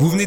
Vous venez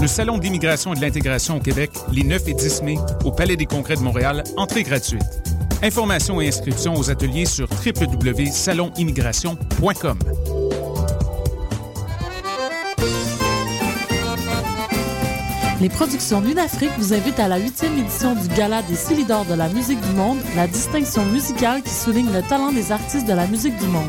Le Salon de l'immigration et de l'intégration au Québec, les 9 et 10 mai, au Palais des Congrès de Montréal, entrée gratuite. Informations et inscriptions aux ateliers sur www.salonimmigration.com. Les productions Lunafrique vous invitent à la huitième édition du Gala des Silidors de la musique du monde, la distinction musicale qui souligne le talent des artistes de la musique du monde.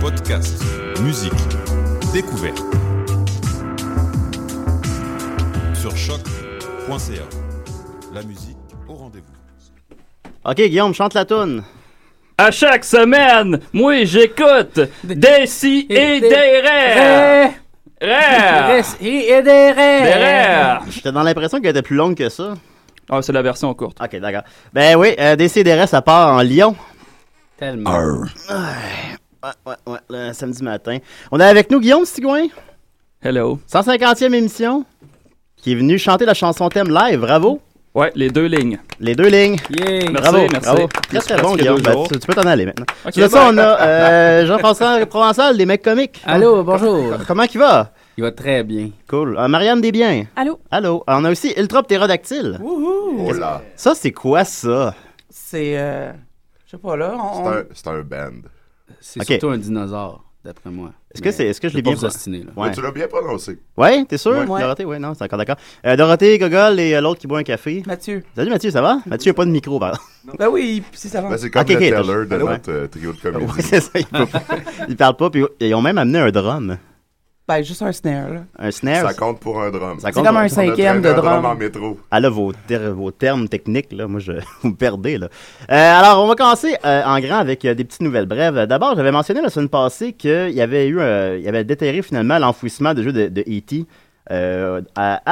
Podcast, musique, découverte. Sur choc.ca. La musique au rendez-vous. Ok, Guillaume, chante la toune. À chaque semaine, moi j'écoute des si et des raies. Raies. Et Des des raies. J'étais dans l'impression qu'elle était plus longue que ça. Ah, c'est la version courte. Ok, d'accord. Ben oui, euh, Décideret, ça part en Lyon. Tellement. Ouais, ouais, ouais, le samedi matin. On est avec nous, Guillaume Stigouin. Hello. 150e émission. Qui est venu chanter la chanson thème live. Bravo. Ouais, les deux lignes. Les deux lignes. Yeah. Merci, Bravo, merci. bravo. Très, très bon, presque Guillaume. deux Ben, jours. tu, tu peux t'en aller maintenant. Ok, Sur ça, bye. on a euh, Jean-François Provençal, des mecs comiques. Allô, bonjour. Comment il va? Il va très bien. Cool. Euh, Marianne Desbiens. Allô? Allô. Euh, On a aussi Ultra Ptérodactyle. Oh là, Ça, c'est quoi ça? C'est. euh, je sais pas, là. c'est On, un, c'est un band. C'est Ok. surtout un dinosaure, d'après moi. Est-ce que, c'est, est-ce que je l'ai bien... pro- obstiné, là. Ouais. Tu l'as bien prononcé. Ouais, t'es sûr? Ouais. Dorothée, ouais, non, c'est encore d'accord. Euh, Dorothée, Gogol et euh, l'autre qui boit un café. Mathieu. Salut Mathieu, ça va? Mathieu, il a pas de micro, par exemple. Ben oui, si ça va. Ben, c'est comme Ah. Ok, le ok, t'as- teller de Allô? notre euh, trio de comédie. Ouais, c'est ça, il, peut pas. Il parle pas, puis ils ont même amené un drum, Ben, juste un snare, là. un Ça snare. compte pour un drum. Ça C'est comme un ouais. On a cinquième traîné de un drum. en drum. métro. Ah là, vos, ter- vos termes techniques, là, moi, je, vous me perdez, là. Euh, alors, on va commencer euh, en grand avec euh, des petites nouvelles brèves. Euh, D'abord, j'avais mentionné la semaine passée qu'il y avait eu, euh, il y avait déterré finalement l'enfouissement de jeu de, de E.T. euh, à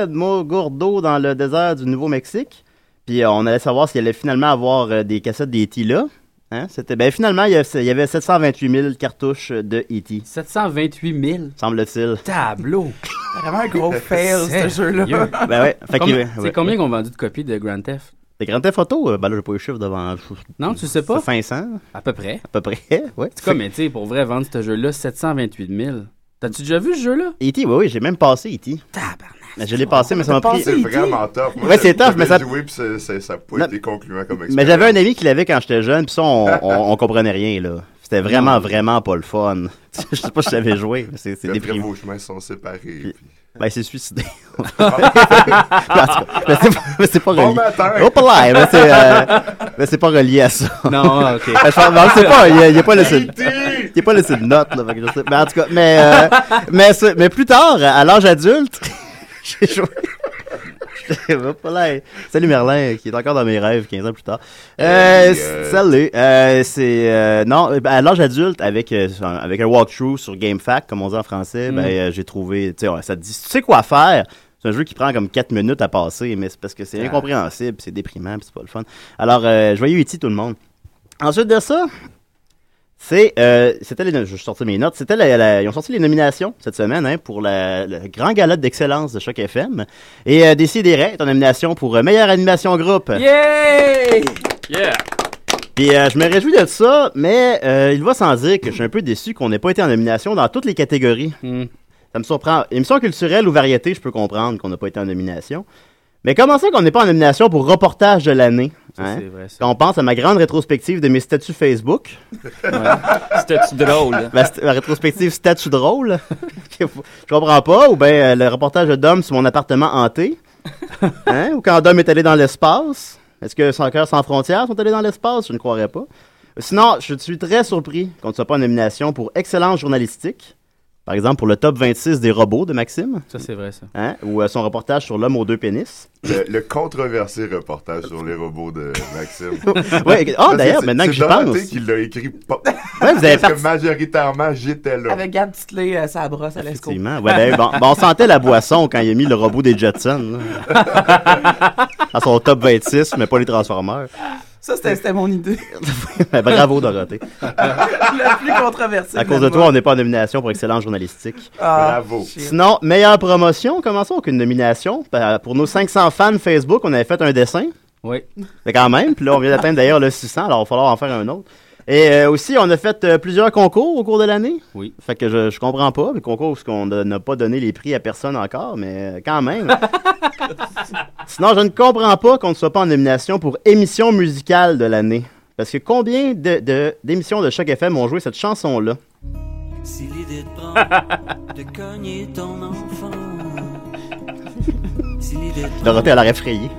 Almagordo, dans le désert du Nouveau-Mexique. Puis euh, on allait savoir s'il allait finalement avoir euh, des cassettes d'E.T. là. Hein? C'était, ben, finalement, il y, a- il y avait 728 000 cartouches de E.T., 728 000 semble-t-il. tableaux. Vraiment un gros fail, ce jeu-là. Sérieux? Ben ouais. Fait Combien- que, C'est ouais. combien qu'on a vendu de copies de Grand Theft? Les grandes photos, ben là, j'ai pas eu le chiffre devant. Non, tu sais pas? 500. À peu près. À peu près, Eh, ouais. C'est comme, mais tu sais, pour vrai, vendre ce jeu-là, 728 000. T'as-tu déjà vu ce jeu-là? E.T., oui, oui, j'ai même passé E.T. Mais Je l'ai passé, mais ça m'a T'as pris. E passé? C'est E.T. vraiment top. Ouais, c'est tough, mais ça- Oui, puis c'est- c'est- ça n'a pas Non. été concluant comme expérience. Mais j'avais un ami qui l'avait quand j'étais jeune, puis ça, on, on, on comprenait rien, là. C'était vraiment, vraiment pas le fun. je sais pas si je l'avais joué, mais c'est c'est Puis après, déprimant. vos chemins sont séparés. puis- Ben, il s'est suicidé. En tout cas, mais c'est pas- mais c'est pas Bon relié. matin! Oh, pas là, mais c'est euh, mais c'est pas relié à ça. Non, ah, ok. Ben, je pense- non, je sais pas, il y a- il y a pas laissé de- il a pas laissé de note, là. fait que je sais- Mais en tout cas, mais, euh, mais, ce- mais plus tard, à l'âge adulte, j'ai joué. J'étais pas là. Salut Merlin, qui est encore dans mes rêves 15 ans plus tard. Euh, Hey, c- euh. Salut. Euh, c'est euh, non, ben, à l'âge adulte, avec euh, un- avec un walkthrough sur GameFAQ, comme on dit en français, Mm. ben euh, j'ai trouvé. Tu sais, ouais, ça te dit, tu sais quoi faire. C'est un jeu qui prend comme 4 minutes à passer, mais c'est parce que c'est incompréhensible, c'est déprimant, puis c'est pas le fun. Alors, euh, joyeux E.T. tout le monde. Ensuite de ça, c'est, euh, c'était les, je vais sortir mes notes, c'était la- la- ils ont sorti les nominations cette semaine hein, pour la, le grand gala d'excellence de Choc FM. Et euh, Décideret est en nomination pour euh, meilleure animation groupe. Yay! Yeah. Puis euh, je me réjouis de ça, mais euh, il va sans dire que je suis un peu déçu qu'on n'ait pas été en nomination dans toutes les catégories. Hmm. Ça me surprend. Émission culturelle ou variété, je peux comprendre qu'on n'a pas été en nomination. Mais comment ça qu'on n'est pas en nomination pour reportage de l'année? Ça, hein? c'est vrai, ça. Quand on pense à ma grande rétrospective de mes statuts Facebook, C'était-tu drôle? Ma st- ma rétrospective euh, statue drôle. que vous- je comprends pas. Ou bien le reportage de Dom sur mon appartement hanté. Hein? Ou quand Dom est allé dans l'espace? Est-ce que Sans cœur sans frontières sont allés dans l'espace? Je ne croirais pas. Sinon, je suis très surpris qu'on ne soit pas en nomination pour excellence journalistique. Par exemple, pour le top 26 des robots de Maxime, Ça, c'est vrai, ça. hein, ou euh, son reportage sur l'homme aux deux pénis. Le, le controversé reportage sur les robots de Maxime. Ouais, ah, Parce d'ailleurs, c'est- maintenant que j'y C'est pense. Dorothée qui l'a écrit. Pas... Ouais, vous avez Parce parti- que majoritairement, j'étais là. Avec Gab Titley, euh, sa brosse à l'esco. Effectivement. Ouais, ben, bon, bon, on sentait la boisson quand il a mis le robot des Jetsons. là. Dans son top 26, mais pas les Transformers. Ça, c'était c'était mon idée. Ben, bravo, Dorothée. le plus controversé. À cause de toi, on n'est pas en nomination pour excellence journalistique. Ah, Bravo. Sinon, meilleure promotion, commençons avec une nomination. Ben, Pour nos 500 fans Facebook, on avait fait un dessin. Oui. Mais quand même, puis là, on vient d'atteindre d'ailleurs le 600, alors il va falloir en faire un autre. Et euh, aussi, on a fait euh, plusieurs concours au cours de l'année. Oui. Fait que je, je comprends pas, les concours, parce qu'on n'a pas donné les prix à personne encore, mais euh, quand même. Sinon, je ne comprends pas qu'on ne soit pas en nomination pour émission musicale de l'année. Parce que combien de- de- d'émissions de, Choc FM ont joué cette chanson-là? Si l'idée te prend de cogner ton enfant, si l'idée te prend Dorothée, elle aurait effrayé.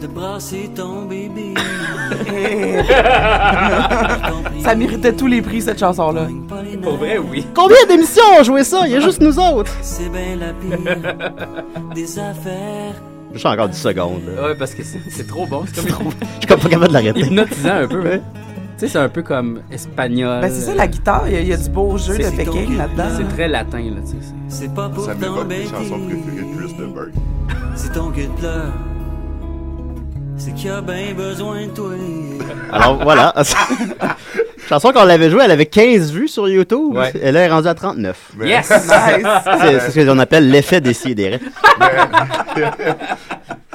de brasser ton bébé, Ça méritait tous les prix, cette chanson-là. Pour vrai, oui. Combien d'émissions ont joué ça? Il y a juste nous autres! c'est bien la pire des affaires. Je suis encore 10 secondes. là. Ouais, parce que c'est c'est trop bon. C'est comme Je suis comme pas capable de l'arrêter. hypnotisant un peu. hein. Tu sais, c'est un peu comme espagnol. Ben, c'est ça, la guitare, il y, a- il y a du beau jeu de C'est- Peking là-dedans. C'est très latin, là, tu sais. c'est- C'est pas pour Ça m'évoque mes t'embêter. chansons préférées de Chris de Burke. Si ton cul te pleure, c'est qu'il a bien besoin de toi. Alors voilà. Chanson qu'on l'avait jouée, elle avait 15 vues sur YouTube. Ouais. Elle est rendue à 39. Mais- Yes! Nice! C'est c'est ce qu'on appelle l'effet des sidérés.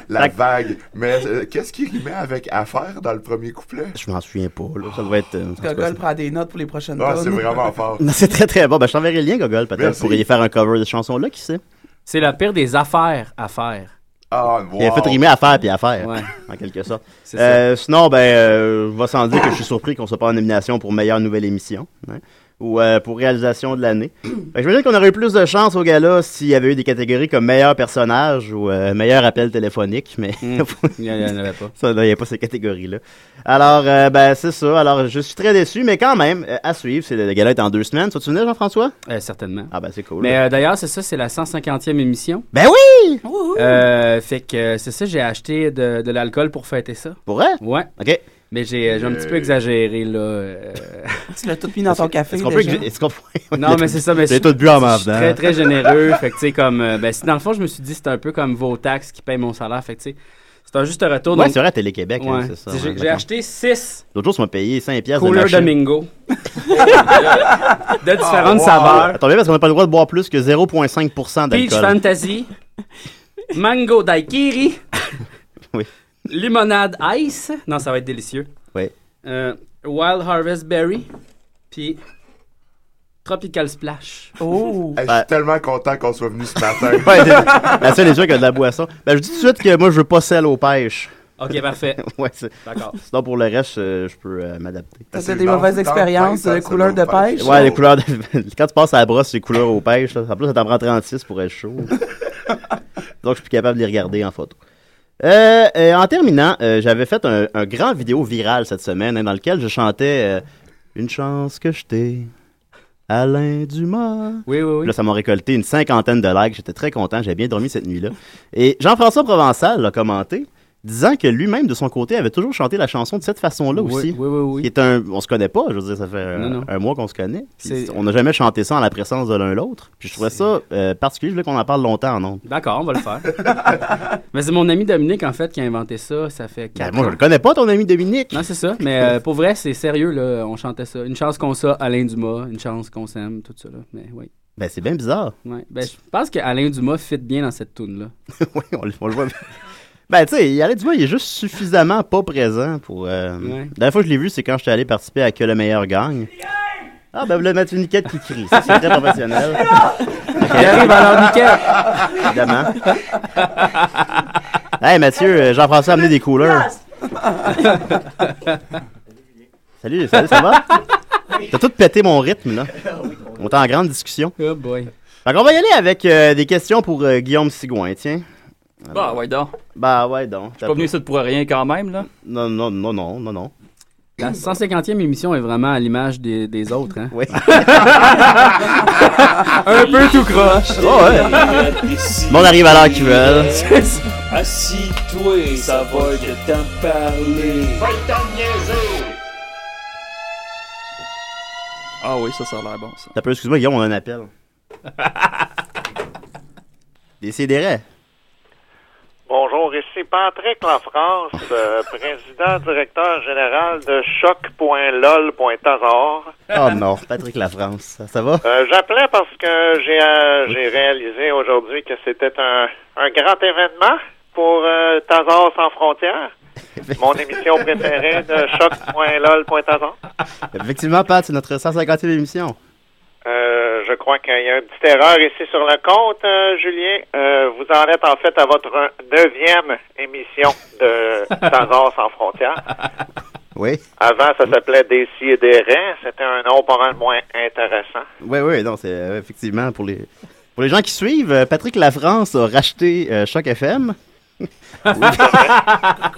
La vague. Mais euh, qu'est-ce qui rimait avec affaire dans le premier couplet? Je m'en souviens pas. Là. Ça doit être. euh, en tout cas, Gogol c'est- prend des notes pour les prochaines Ah, c'est tonnes. vraiment fort. Non, c'est très très bon. Ben, je t'enverrai le lien, Gogol, peut-être, Merci. pour y faire un cover de chanson-là, qui sait. C'est la pire des affaires à faire. Ah, Il a wow. fait rimer à faire puis à faire, Ouais, en quelque sorte. c'est ça. Euh, sinon, ben, euh, je vais sans dire que je suis surpris qu'on soit pas en nomination pour meilleure nouvelle émission hein, ou euh, pour réalisation de l'année. Fait que Je me dis qu'on aurait eu plus de chance au gala s'il y avait eu des catégories comme meilleur personnage ou euh, meilleur appel téléphonique, mais Mm. Il n'y en avait pas. Ça, Il n'y a pas ces catégories-là. Alors, euh, ben, c'est ça. Alors, je suis très déçu, mais quand même, euh, à suivre. C'est le, le gala est en deux semaines. Tu vas-tu venir, Jean-François? Euh, certainement. Ah, ben, c'est cool. Mais euh, d'ailleurs, c'est ça, c'est la 150e émission. Ben oui! Euh, fait que euh, c'est ça, j'ai acheté de, de l'alcool pour fêter ça. Pour vrai? Ouais. OK. Est-ce Mais j'ai j'ai un petit peu exagéré, là. euh, Tu l'as tout mis dans ton café. qu'on peut... déjà. Est-ce qu'on peut... non, mais c'est ça. Mais J'ai c'est tout bu en m'en je suis venant. très, très généreux. fait que, tu sais, comme. euh, ben, si dans le fond, je me suis dit, c'est un peu comme vos taxes qui payent mon salaire. Fait que, tu sais, c'est un juste retour. Ouais, donc- c'est vrai, à Télé-Québec, hein, Ouais. c'est ça. Tu sais, ouais, J'ai j'ai d'accord. acheté 6 L'autre jour, tu m'as payé 5 piastres de Cooler machine. Domingo. de Ah, différentes wow. saveurs. Attends bien, parce qu'on n'a pas le droit de boire plus que 0,5% Peach d'alcool. Fantasy. Mango Daiquiri. Oui. Limonade Ice. Non, ça va être délicieux. Oui. Euh, Wild Harvest Berry. Puis Tropical Splash. Oh! Eh, Je Ouais. suis tellement content qu'on soit venu ce matin. Ouais, c'est- la seule émission qui a de la boisson. Ben, je dis tout de suite que moi, je veux pas sel aux pêches. Ok, parfait. Ouais, c'est- D'accord. sinon, pour le reste, euh, je peux euh, m'adapter. Ça, C'est c'est des dans- mauvaises dans- expériences dans- de dans- couleur de dans- pêche. dans- Ouais, les Oh. couleurs. De... Quand tu passes à la brosse, les couleurs aux pêches. Là. En plus, ça t'en prend 36 pour être chaud. Donc, je suis plus capable de les regarder en photo. Euh, euh, en terminant, euh, j'avais fait un, un grand vidéo viral cette semaine hein, dans lequel je chantais euh, Une chance que je t'ai, Alain Dumas. Oui, oui, Puis oui. Là, ça m'a récolté une cinquantaine de likes. J'étais très content. J'avais bien dormi cette nuit-là. Et Jean-François Provençal l'a commenté, disant que lui-même, de son côté, avait toujours chanté la chanson de cette façon-là oui, aussi. Oui, oui, oui. Qui est un, on se connaît pas, je veux dire, ça fait euh, Non, non. un mois qu'on se connaît. Puis C'est- On n'a jamais chanté ça en la présence de l'un l'autre. Puis je trouvais C'est- ça euh, particulier, je voulais qu'on en parle longtemps en ondes. D'accord, on va le faire. mais c'est mon ami Dominique, en fait, qui a inventé ça. Ça fait Ben, 4 moi, je le connais pas, ton ami Dominique. Non, c'est ça. Mais euh, pour vrai, c'est sérieux, là. On chantait ça. Une chance qu'on ça, Alain Dumas. Une chance qu'on s'aime, tout ça, là. Mais oui. Ben, c'est bien bizarre. Ouais. Ben, je pense qu'Alain Dumas fit bien dans cette toune-là. oui, on, le- on le voit. ben, tu sais, il allait du moins, il est juste suffisamment pas présent pour. euh, Ouais. La dernière fois que je l'ai vu, c'est quand j'étais allé participer à Que le meilleur gagne. Ah, ben, vous voulez mettre une niquette qui crie. Ça, c'est très professionnel. Il arrive à leur nickel. Évidemment. hey Mathieu, euh, Jean-François a amené des couleurs. salut, salut, ça va? T'as tout pété mon rythme, là. On est en grande discussion. Oh boy. Fait qu'on va y aller avec euh, des questions pour euh, Guillaume Sigouin, tiens. Bah, ouais, donc. Bah ouais, donc. Je suis pas venu ici pour rien quand même, là. Non, non, non, non, non, non. La 150e émission est vraiment à l'image des, des autres, hein? Oui. Un peu tout croche. Oh, ouais. Bon, on arrive à l'heure hein. qu'ils veulent. Assis-toi, ça va le temps de parler. Ah oui, ça, ça a l'air bon, ça. T'as peu, excuse-moi, Guillaume, on a un appel. Décidérez. Bonjour, ici Patrick Lafrance, euh, président directeur général de choc.lol.tazor. Oh non, Patrick Lafrance, ça, ça va? Euh, J'appelais parce que j'ai euh, j'ai réalisé aujourd'hui que c'était un, un grand événement pour euh, Tazor sans frontières. Mon émission préférée de choc.lol.tazor. Effectivement, Pat, c'est notre 150e émission. Euh, je crois qu'il y a une petite erreur ici sur le compte, euh, Julien. Euh, vous en êtes en fait à votre euh, neuvième émission de Tazor sans frontières. Oui, Avant, ça s'appelait Des Scies et des Raies. C'était un nom pas mal moins intéressant. oui, oui, non, c'est euh, effectivement pour les. Pour les gens qui suivent, euh, Patrick Lafrance a racheté euh, Choc FM. Oui.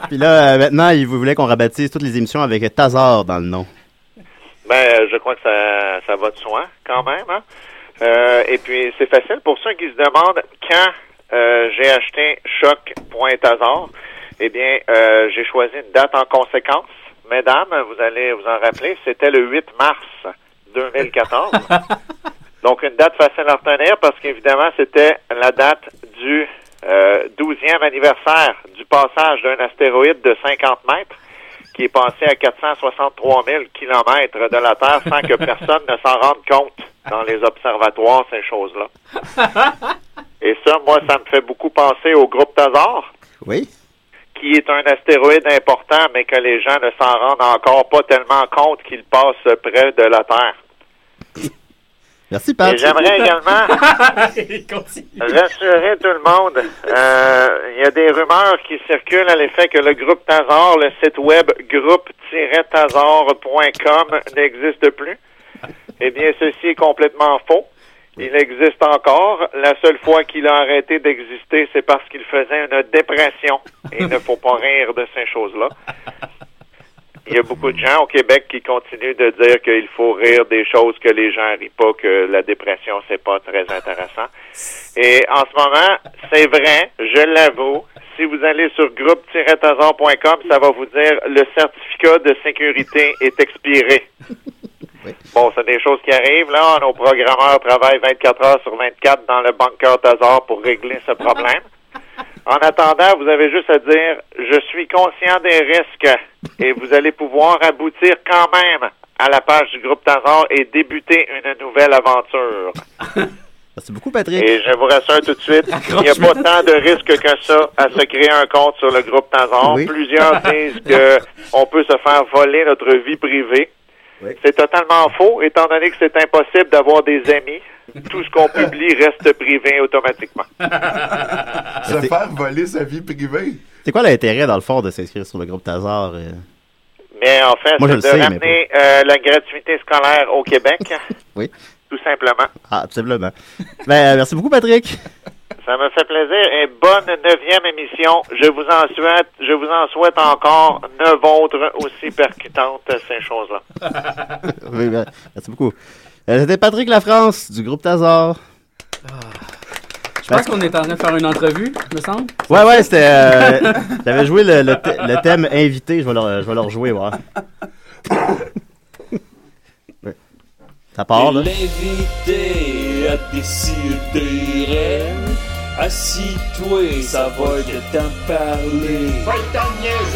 Puis là, euh, maintenant, il voulait qu'on rebaptise toutes les émissions avec Tazar dans le nom. Ben, euh, je crois que ça, ça va de soi, quand même. hein. Euh, et puis, c'est facile pour ceux qui se demandent quand euh, j'ai acheté choc.tazor. Eh bien, euh, j'ai choisi une date en conséquence. Mesdames, vous allez vous en rappeler, c'était le 8 mars 2014. Donc, une date facile à retenir parce qu'évidemment, c'était la date du euh, 12e anniversaire du passage d'un astéroïde de 50 mètres qui est passé à 463 000 kilomètres de la Terre sans que personne ne s'en rende compte dans les observatoires, ces choses-là. Et ça, moi, ça me fait beaucoup penser au groupe Tazar, Oui? qui est un astéroïde important, mais que les gens ne s'en rendent encore pas tellement compte qu'il passe près de la Terre. Merci, Pat. Et j'aimerais également rassurer tout le monde. Euh, Il y a des rumeurs qui circulent à l'effet que le groupe Tazor, le site web groupe-tazor.com n'existe plus. Eh bien, ceci est complètement faux. Il existe encore. La seule fois qu'il a arrêté d'exister, c'est parce qu'il faisait une dépression. Et il ne faut pas rire de ces choses-là. Il y a beaucoup de gens au Québec qui continuent de dire qu'il faut rire des choses que les gens rient pas, que la dépression, c'est pas très intéressant. Et en ce moment, c'est vrai, je l'avoue. Si vous allez sur groupe-tazon.com, ça va vous dire le certificat de sécurité est expiré. Bon, c'est des choses qui arrivent. Là, nos programmeurs travaillent 24 heures sur 24 dans le bunker Tazor pour régler ce problème. En attendant, vous avez juste à dire je suis conscient des risques et vous allez pouvoir aboutir quand même à la page du groupe Tazor et débuter une nouvelle aventure. Merci beaucoup, Patrick. Et je vous rassure tout de suite, il n'y a pas tant de risques que ça à se créer un compte sur le groupe Tazor. Oui. Plusieurs disent que on peut se faire voler notre vie privée. Oui. C'est totalement faux, étant donné que c'est impossible d'avoir des amis. Tout ce qu'on publie reste privé automatiquement. Se faire Ah, voler sa vie privée. C'est quoi l'intérêt, dans le fond, de s'inscrire sur le groupe Tazar? euh? Mais en fait, Moi, je c'est de le sais, mais ramener euh, la gratuité scolaire au Québec, Oui. tout simplement. Ah, tout simplement. ben, euh, merci beaucoup, Patrick. Ça me fait plaisir et bonne neuvième émission. Je vous en souhaite, je vous en souhaite encore neuf autres aussi percutantes ces choses-là. Oui, ben, merci beaucoup. Euh, C'était Patrick Lafrance du groupe Tazar. Ah. Je pense qu'on est en train de faire une entrevue, me semble. Ouais, ouais, c'était. euh, J'avais joué le, le thè- le thème invité, je vais leur, je vais leur jouer, voir. Ouais. Ça part, là. L'invité à décider. Assis-toi, ça va le temps de parler.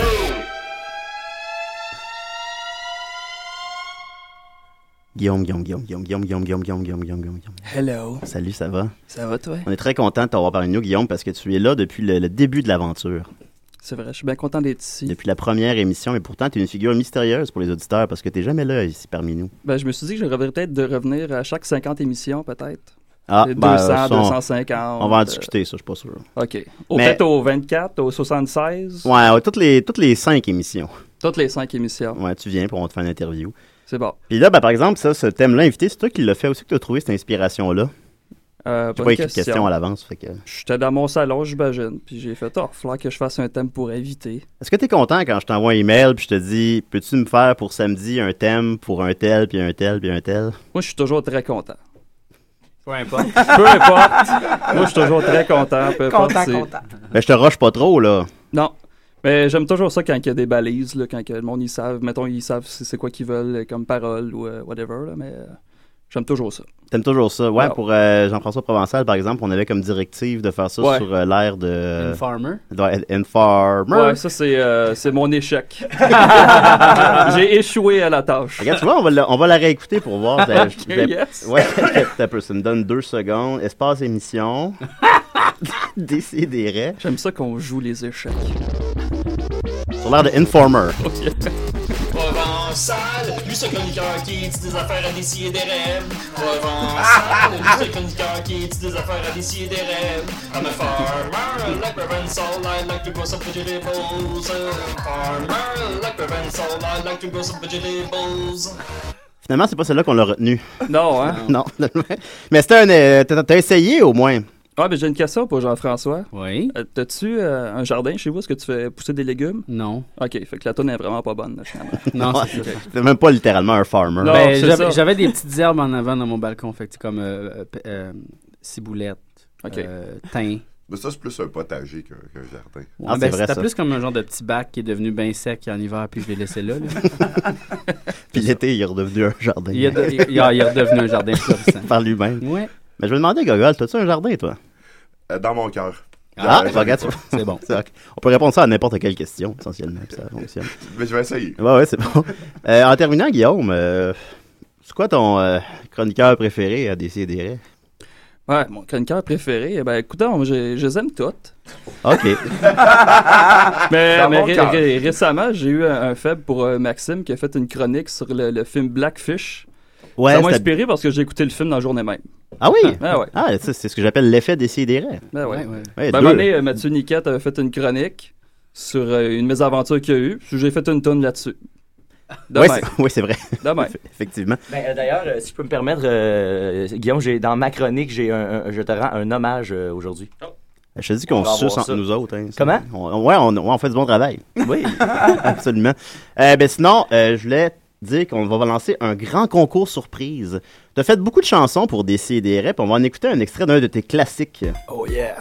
Guillaume, Guillaume, Guillaume, Guillaume, Guillaume, Guillaume, Guillaume, Guillaume, Guillaume, Guillaume, Guillaume, Guillaume. Hello. Salut, ça va? Ça va, toi? On est très content de t'avoir parmi nous, Guillaume, parce que tu es là depuis le, le début de l'aventure. C'est vrai, je suis bien content d'être ici. Depuis la première émission, mais pourtant, tu es une figure mystérieuse pour les auditeurs parce que tu jamais là ici parmi nous. Ben, je me suis dit que j'aurais peut-être de revenir à chaque 50 émissions, peut-être. Ah, De ben, 200, ça, on- 250. on va en euh, discuter, ça, je suis pas sûr. OK. Au Mais- fait, au 24, au 76, Ouais, ouais, toutes les, toutes les cinq émissions. toutes les 5 émissions. Ouais, tu viens pour on te fait une interview. C'est bon. Puis là, ben, par exemple, ça, ce thème-là, invité, c'est toi qui l'as fait aussi que tu as trouvé cette inspiration-là. Euh, J'ai bonne pas écrit de questions à l'avance, fait que... J'étais dans mon salon, j'imagine, puis j'ai fait, oh, il falloir que je fasse un thème pour inviter. Est-ce que tu es content quand je t'envoie un email puis je te dis peux-tu me faire pour samedi un thème pour un tel puis un tel puis un tel Moi, je suis toujours très content. Peu importe. Peu importe. Moi, je suis toujours très content. Peu importe, Content, c'est- content. Ben je te rush pas trop là. Non. Mais j'aime toujours ça quand il y a des balises, là, quand que le monde, ils savent, mettons, ils savent c'est c'est quoi qu'ils veulent euh, comme parole ou euh, whatever, là, mais euh, j'aime toujours ça. T'aimes toujours ça. Ouais, Wow. pour euh, Jean-François Provençal par exemple, on avait comme directive de faire ça Ouais. sur euh, l'air de Farmer. Ouais, Infarmer. Ouais, ça, c'est euh, c'est mon échec. j'ai échoué à la tâche. Regarde, tu vois, on va la, on va la réécouter pour voir. J'avais- Ok, j'avais- yes. Ouais, t'as- t'as peu, ça me donne deux secondes. Espace émission. Décidérez. J'aime ça qu'on joue les échecs. Sur l'air de Informer. Provençal, lui c'est le chroniqueur qui dit des affaires à décider des rêves. Provençal, lui c'est le chroniqueur qui dit des affaires à décider des rêves. I'm a farmer, like Provençal, I like to grow some vegetables. Farmer, like Provençal, I like to grow some vegetables. Finalement, c'est pas celle-là qu'on l'a retenue. Non, hein? non. Mais c'était un. euh, t'as- T'as essayé au moins. Ah, mais j'ai une question pour Jean-François. Oui. T'as-tu euh, un jardin chez vous? Est-ce que tu fais pousser des légumes? Non. OK, fait que la tonne est vraiment pas bonne, là, finalement. Non, Ouais. c'est ça. C'est même pas littéralement un farmer. Non, Ben, c'est j'avais- ça. J'avais des petites herbes en avant dans mon balcon, fait que c'est comme euh, euh, p- euh, ciboulette, Ok. euh, thym. Mais ça, c'est plus un potager qu'un qu'un jardin. Ouais, Ah, c'est ben, vrai, c'était ça. plus comme un genre de petit bac qui est devenu bien sec en hiver, puis je l'ai laissé là. là. Puis l'été, il est redevenu un jardin. il, est de- il- il- il est redevenu un jardin florissant. Par lui-même. Ouais. Mais je me demandais, Gogol, t'as-tu un jardin, toi? Euh, dans mon cœur. Ah, Euh, regarde, tu- C'est bon. c'est ok. On peut répondre ça à n'importe quelle question, essentiellement, puis ça fonctionne. Mais je vais essayer. Ouais, ouais, c'est bon. Euh, en terminant, Guillaume, euh, c'est quoi ton euh, chroniqueur préféré à décider? Ouais, mon chroniqueur préféré, eh ben écoute, je, je les aime toutes. OK. Mais, Dans mais mon ré- cœur. ré- récemment, j'ai eu un, un faible pour euh, Maxime qui a fait une chronique sur le, le film Blackfish. Ouais, ça m'a c'est- inspiré parce que j'ai écouté le film dans la journée même. Ah oui? Ah ouais. Ah, ça, c'est ce que j'appelle l'effet décider. Ben ouais. Ouais, ouais. Ouais, Ben, à un deux. moment donné, euh, Mathieu Niquette avait fait une chronique sur euh, une mésaventure qu'il y a eu. puis J'ai fait une tonne là-dessus. De Ouais, même, c'est- oui, c'est vrai, de même. effectivement. Ben, euh, D'ailleurs, euh, si je peux me permettre, euh, Guillaume, j'ai- dans ma chronique, j'ai un, un- je te rends un hommage euh, aujourd'hui. Ben, Je te dis qu'on On va se suce avoir entre ça. nous autres. hein. C'est- Comment? on- ouais, on, ouais, on fait du bon travail. Oui. Absolument. Euh, ben sinon, euh, je voulais dire qu'on va lancer un grand concours surprise. Tu as fait beaucoup de chansons pour DC des reps. On va en écouter un extrait d'un de tes classiques. Oh yeah.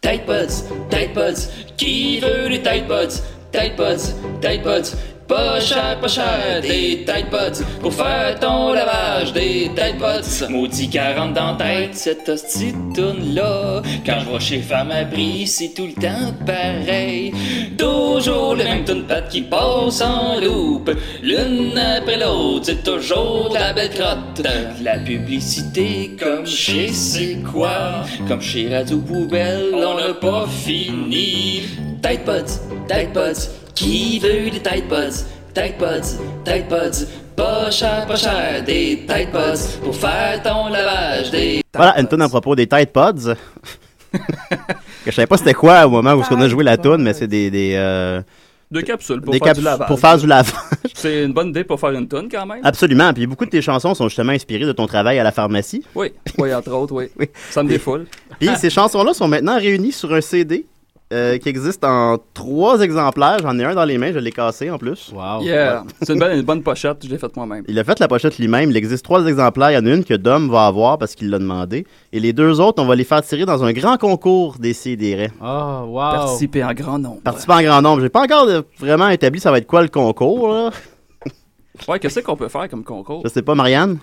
Tide Pods, Tide Pods, qui veut des Tide Pods? Tide Pods, Tide Pods, pas cher, pas cher, des Tide Pods, pour faire ton lavage, des Tide Pods. Maudit 40 dans la tête, cette hostie tourne là quand je vais chez Femme à Brie, c'est tout le temps pareil. Toujours les mêmes tonnes pattes qui passent en loupe, l'une après l'autre, c'est toujours de la belle crotte. De la publicité comme chez C'est quoi? Comme chez Radio Poubelle, on n'a pas fini. Tide Pods, Tide Pods, qui veut des Tide Pods? Tide Pods, Tide Pods, pas cher, pas cher, des Tide Pods, pour faire ton lavage, des Voilà, une tune à propos des Tide Pods. Que je savais pas c'était quoi au moment où on a joué la tune, mais c'est des, des, euh, Deux capsules pour des faire du caps- lavage. pour faire du lavage. C'est une bonne idée pour faire une tonne quand même. Absolument. Puis beaucoup de tes chansons sont justement inspirées de ton travail à la pharmacie. Oui, oui, entre autres, oui. Ça me défoule. Puis ces chansons-là sont maintenant réunies sur un CD euh, qui existe en trois exemplaires. J'en ai un dans les mains, je l'ai cassé en plus. Wow. Yeah. C'est une, bonne- une bonne pochette, je l'ai faite moi-même. Il a fait la pochette lui-même. Il existe trois exemplaires. Il y en a une que Dom va avoir parce qu'il l'a demandé. Et les deux autres, on va les faire tirer dans un grand concours des CDR. Oh, wow. Participer en grand nombre. Participants en grand nombre. J'ai pas encore euh, vraiment établi ça va être quoi le concours. Là. Ouais, qu'est-ce qu'on peut faire comme concours? Je sais pas, Marianne.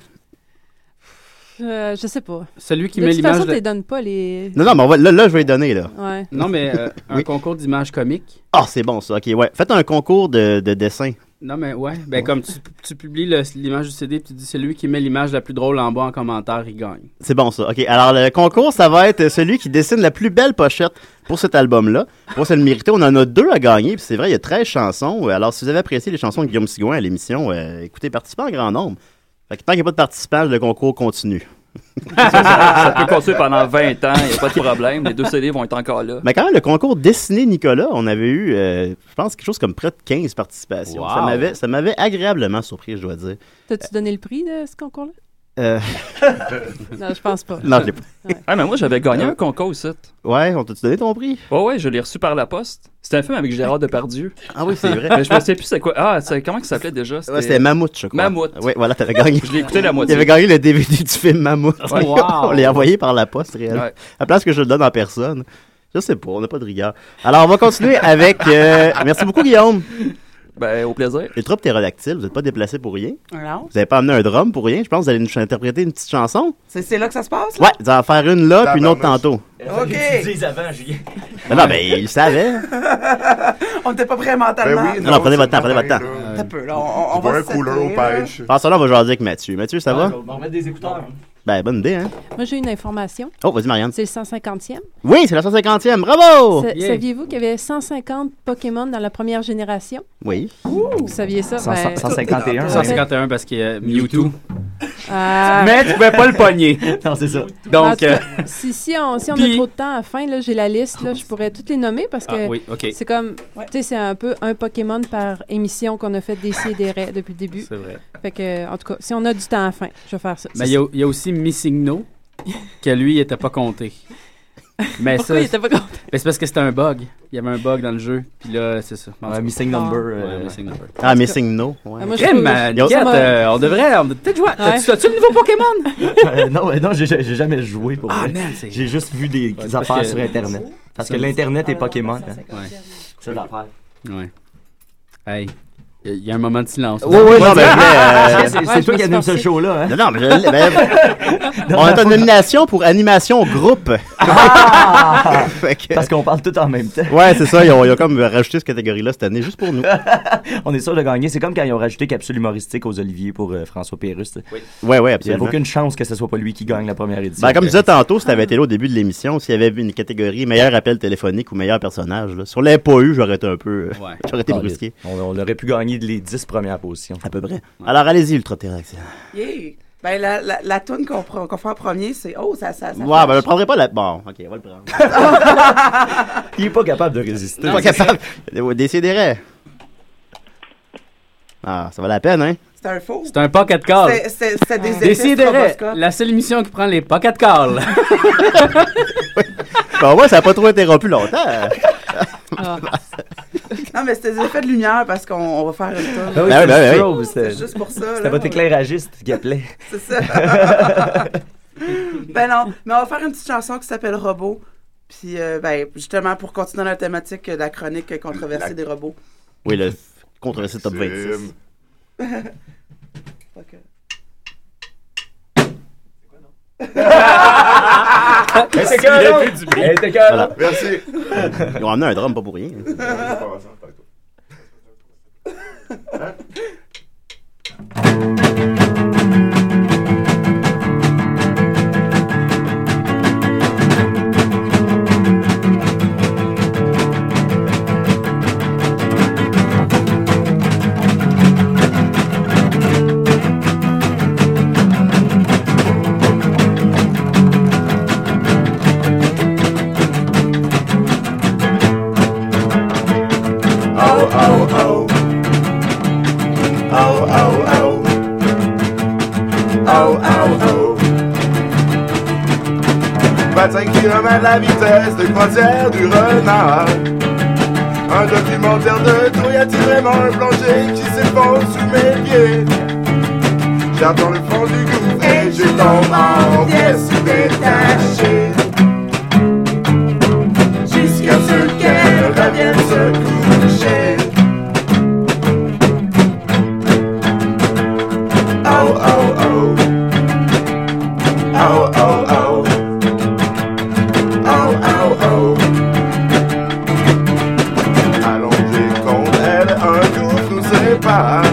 Euh, je sais pas. Celui qui de met toute façon, l'image... tu les de- donnes pas les. Non, non, mais on va- là, là, je vais les donner. Là. Ouais. Non, mais euh, un concours d'images comiques. Ah, c'est bon ça. Ok, ouais. Faites un concours de, de dessin. Non, mais ouais. Ben, comme tu, tu publies le- l'image du CD, puis tu dis celui qui met l'image la plus drôle en bas en commentaire, il gagne. C'est bon ça. OK. Alors le concours, ça va être celui qui dessine la plus belle pochette pour cet album-là. Pour se le mériter, on en a deux à gagner. Puis c'est vrai, il y a 13 chansons. Euh, Alors si vous avez apprécié les chansons de Guillaume Sigouin à l'émission, euh, écoutez, participez en grand nombre. Fait que tant qu'il n'y a pas de participants, le concours continue. Ah, ça peut continuer pendant 20 ans, il n'y a pas de problème. Les deux CD vont être encore là. Mais quand même, le concours Dessiner Nicolas, on avait eu, euh, je pense, quelque chose comme près de 15 participations. Wow. Ça m'avait- Ça m'avait agréablement surpris, je dois dire. T'as-tu donné le prix de ce concours-là? Euh, Non, je pense pas. Non, je l'ai pas. Ah, mais moi, j'avais gagné un concours ici. Ouais, on t'a-tu donné ton prix? Ouais, ouais, je l'ai reçu par la poste. C'était un film avec Gérard Depardieu. Ah oui, c'est vrai. Mais je me souviens plus c'est quoi. Ah, c'est- comment que ça s'appelait déjà? Ouais, c'était Mammouth, je crois. Mammouth. Oui, voilà, t'avais gagné. Je l'ai écouté la moitié. Il avait gagné le DVD du film Mammouth. Ouais. Wow. on l'a envoyé par la poste, réellement. Ouais. À place que je le donne en personne. Je sais pas, on n'a pas de rigueur. Alors, on va continuer avec. euh, merci beaucoup, Guillaume. Ben, au plaisir. Les troupes ptérodactyles, vous n'êtes pas déplacés pour rien. Non. Vous n'avez pas amené un drum pour rien. Je pense que vous allez nous ch- interpréter une petite chanson. C'est c'est là que ça se passe? Ouais, vous allez en faire une là, puis une autre tantôt. OK. Dis avant, Julien. Ben non, ben, il le savait. on n'était pas prêts mentalement. non, non, prenez votre temps, prenez votre temps. T'as peu, là, on- on, on vois va un se couleur setter, au là. pêche. Par ça, là, on va jaser avec Mathieu. Mathieu, ça va? On va remettre des écouteurs. Ben, bonne idée, hein? Moi, j'ai une information. Oh, vas-y, Marianne. C'est le 150e. Oui, c'est la 150e. Bravo! Sa- Saviez-vous qu'il y avait 150 Pokémon dans la première génération? Oui. Vous saviez ça? Ben, 151. 151 parce qu'il y a Mewtwo. Ah. Mais tu pouvais pas le pogner. non, c'est ça. En Donc, tout cas, euh, si, si on, si on a trop de temps à la fin, là, j'ai la liste, là, je pourrais toutes les nommer parce que Ah oui, ok. c'est comme, tu sais, c'est un peu un Pokémon par émission qu'on a fait des et des raies depuis le début. C'est vrai. Fait que, en tout cas, si on a du temps à la fin, je vais faire ça. mais il y, a- il y a aussi Missigno, que lui, il était pas compté. Mais Pourquoi il était pas compté? Ben, c'est parce que c'était un bug. Il y avait un bug dans le jeu. Puis là, c'est ça. Ouais, missing number, euh, Ouais, missing number. Ah, Missing No. Ouais. Ah, moi, je Crème, trouve- euh, Yo- Kat, euh, on devrait- on devrait peut-être jouer à- T'as-tu- t'as-tu le nouveau Pokémon? Euh, non, euh, non, j'ai j'ai jamais joué pour Ah, vrai. man, c'est- J'ai juste vu des parce affaires que- sur Internet. Parce que c'est- l'Internet est Pokémon. hein. Ouais. C'est l'affaire. Ouais. Hey. Il y a- il y, a un moment de silence. Ouais, ouais, non, mais, euh, C'est- c'est Ouais, toi je qui me anime suis ce forcé. show-là, hein? Non, non, mais je- ben, on est en nomination pour animation groupe. Ah! Parce qu'on parle tout en même temps. Ouais, c'est ça. Ils ont, ils ont comme rajouté cette catégorie-là cette année juste pour nous. On est sûr de gagner. C'est comme quand ils ont rajouté capsule humoristique aux Oliviers pour euh, François Pérusse. Oui. Ouais, ouais, Il n'y absolument. a aucune chance que ce soit pas lui qui gagne la première édition. Ben, comme je disais tantôt, si t'avais été là au début de l'émission, s'il y avait une catégorie meilleur appel téléphonique ou meilleur personnage, là, si on l'avait pas eu, j'aurais été un peu. euh, J'aurais été Ah, brusqué. On, on aurait pu gagner les 10 premières positions. À peu près. Alors, allez-y, Ultra Terrax. Yeah. Ben, la, la, la toune qu'on prend- qu'on fait en premier, c'est Oh, ça, ça, ça. Ouais, ben, je le prendrai pas la. Bon, ok, on va le prendre. Il est pas capable de résister. pas capable. Décidérez. Ah, ça va la peine, hein? C'est un faux. C'est un pocket call. C'était- c'était- c'était des effets Décidérez, stroboscopes. la seule émission qui prend les pocket calls. Bon, moi, Ben, ça n'a pas trop interrompu longtemps. Non, mais c'était des effets de lumière parce qu'on on va faire une toune. Ah oui, Ben oui, c'est ben le strobe, oui. C'est juste pour ça, là. C'était votre éclairagiste qui appelait. C'est ça. ben non, mais on va faire une petite chanson qui s'appelle Robot. Puis, euh, ben, justement, pour continuer la thématique euh, de la chronique euh, controversée des robots. Oui, le controversé top 26. Fait que- Elle était écœurante. Elle était écœurante. Merci. Ils ont amené un drum, pas pour rien. Oh, oh, oh. Oh, oh, oh. Oh, oh, oh. 25 km la vitesse de croisière du renard. Un documentaire de Toyati Raymond, un plongé qui s'effondre sous mes pieds. J'attends le fond du gouffre et je tombe en pièces détachées. Jusqu'à ce qu'elle revienne se coucher. Oh, oh, oh. Oh, oh, oh. Oh, oh, oh. Allongé contre elle, un gouffre nous sépare.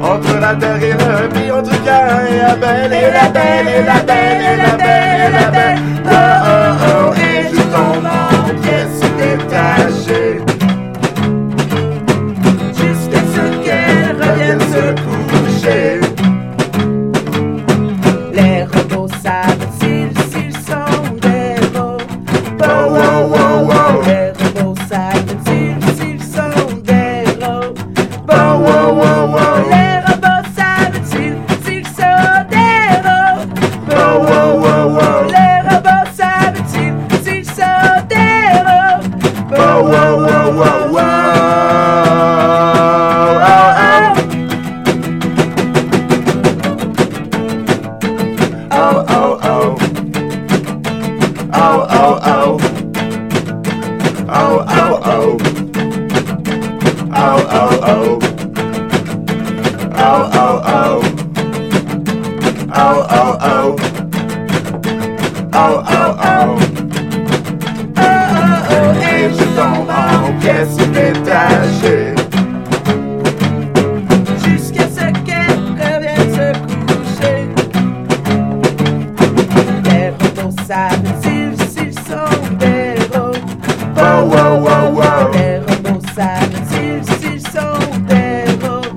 Entre la terre et le pays, entre Cain et Abel, et la belle, et la belle, et la belle, et la belle. Oh, oh, oh, et je tombe en pièces détachées. Jusqu'à ce qu'elle revienne se coucher. Les robots savent-ils s'ils sont des robots? Oh, oh, oh, oh. Les robots savent-ils s'ils sont des robots? Oh, oh, oh, oh. Les robots savent-ils s'ils sont des wow, wow, wow, wow. Ow, ow. Ow, ow, ow. Ow, ow, ow. Ow, ow, ow. Ow, ow, ow. Ow, ow, ow. Ow, ow, ow. Ow, ow, ow. Et je tombe en pièces détachées. Jusqu'à ce qu'elle revienne se coucher. Les robots savent s'ils s'ils sont des robots. Wow, wow, wow, wow. Les robots savent s'ils s'ils sont des robots.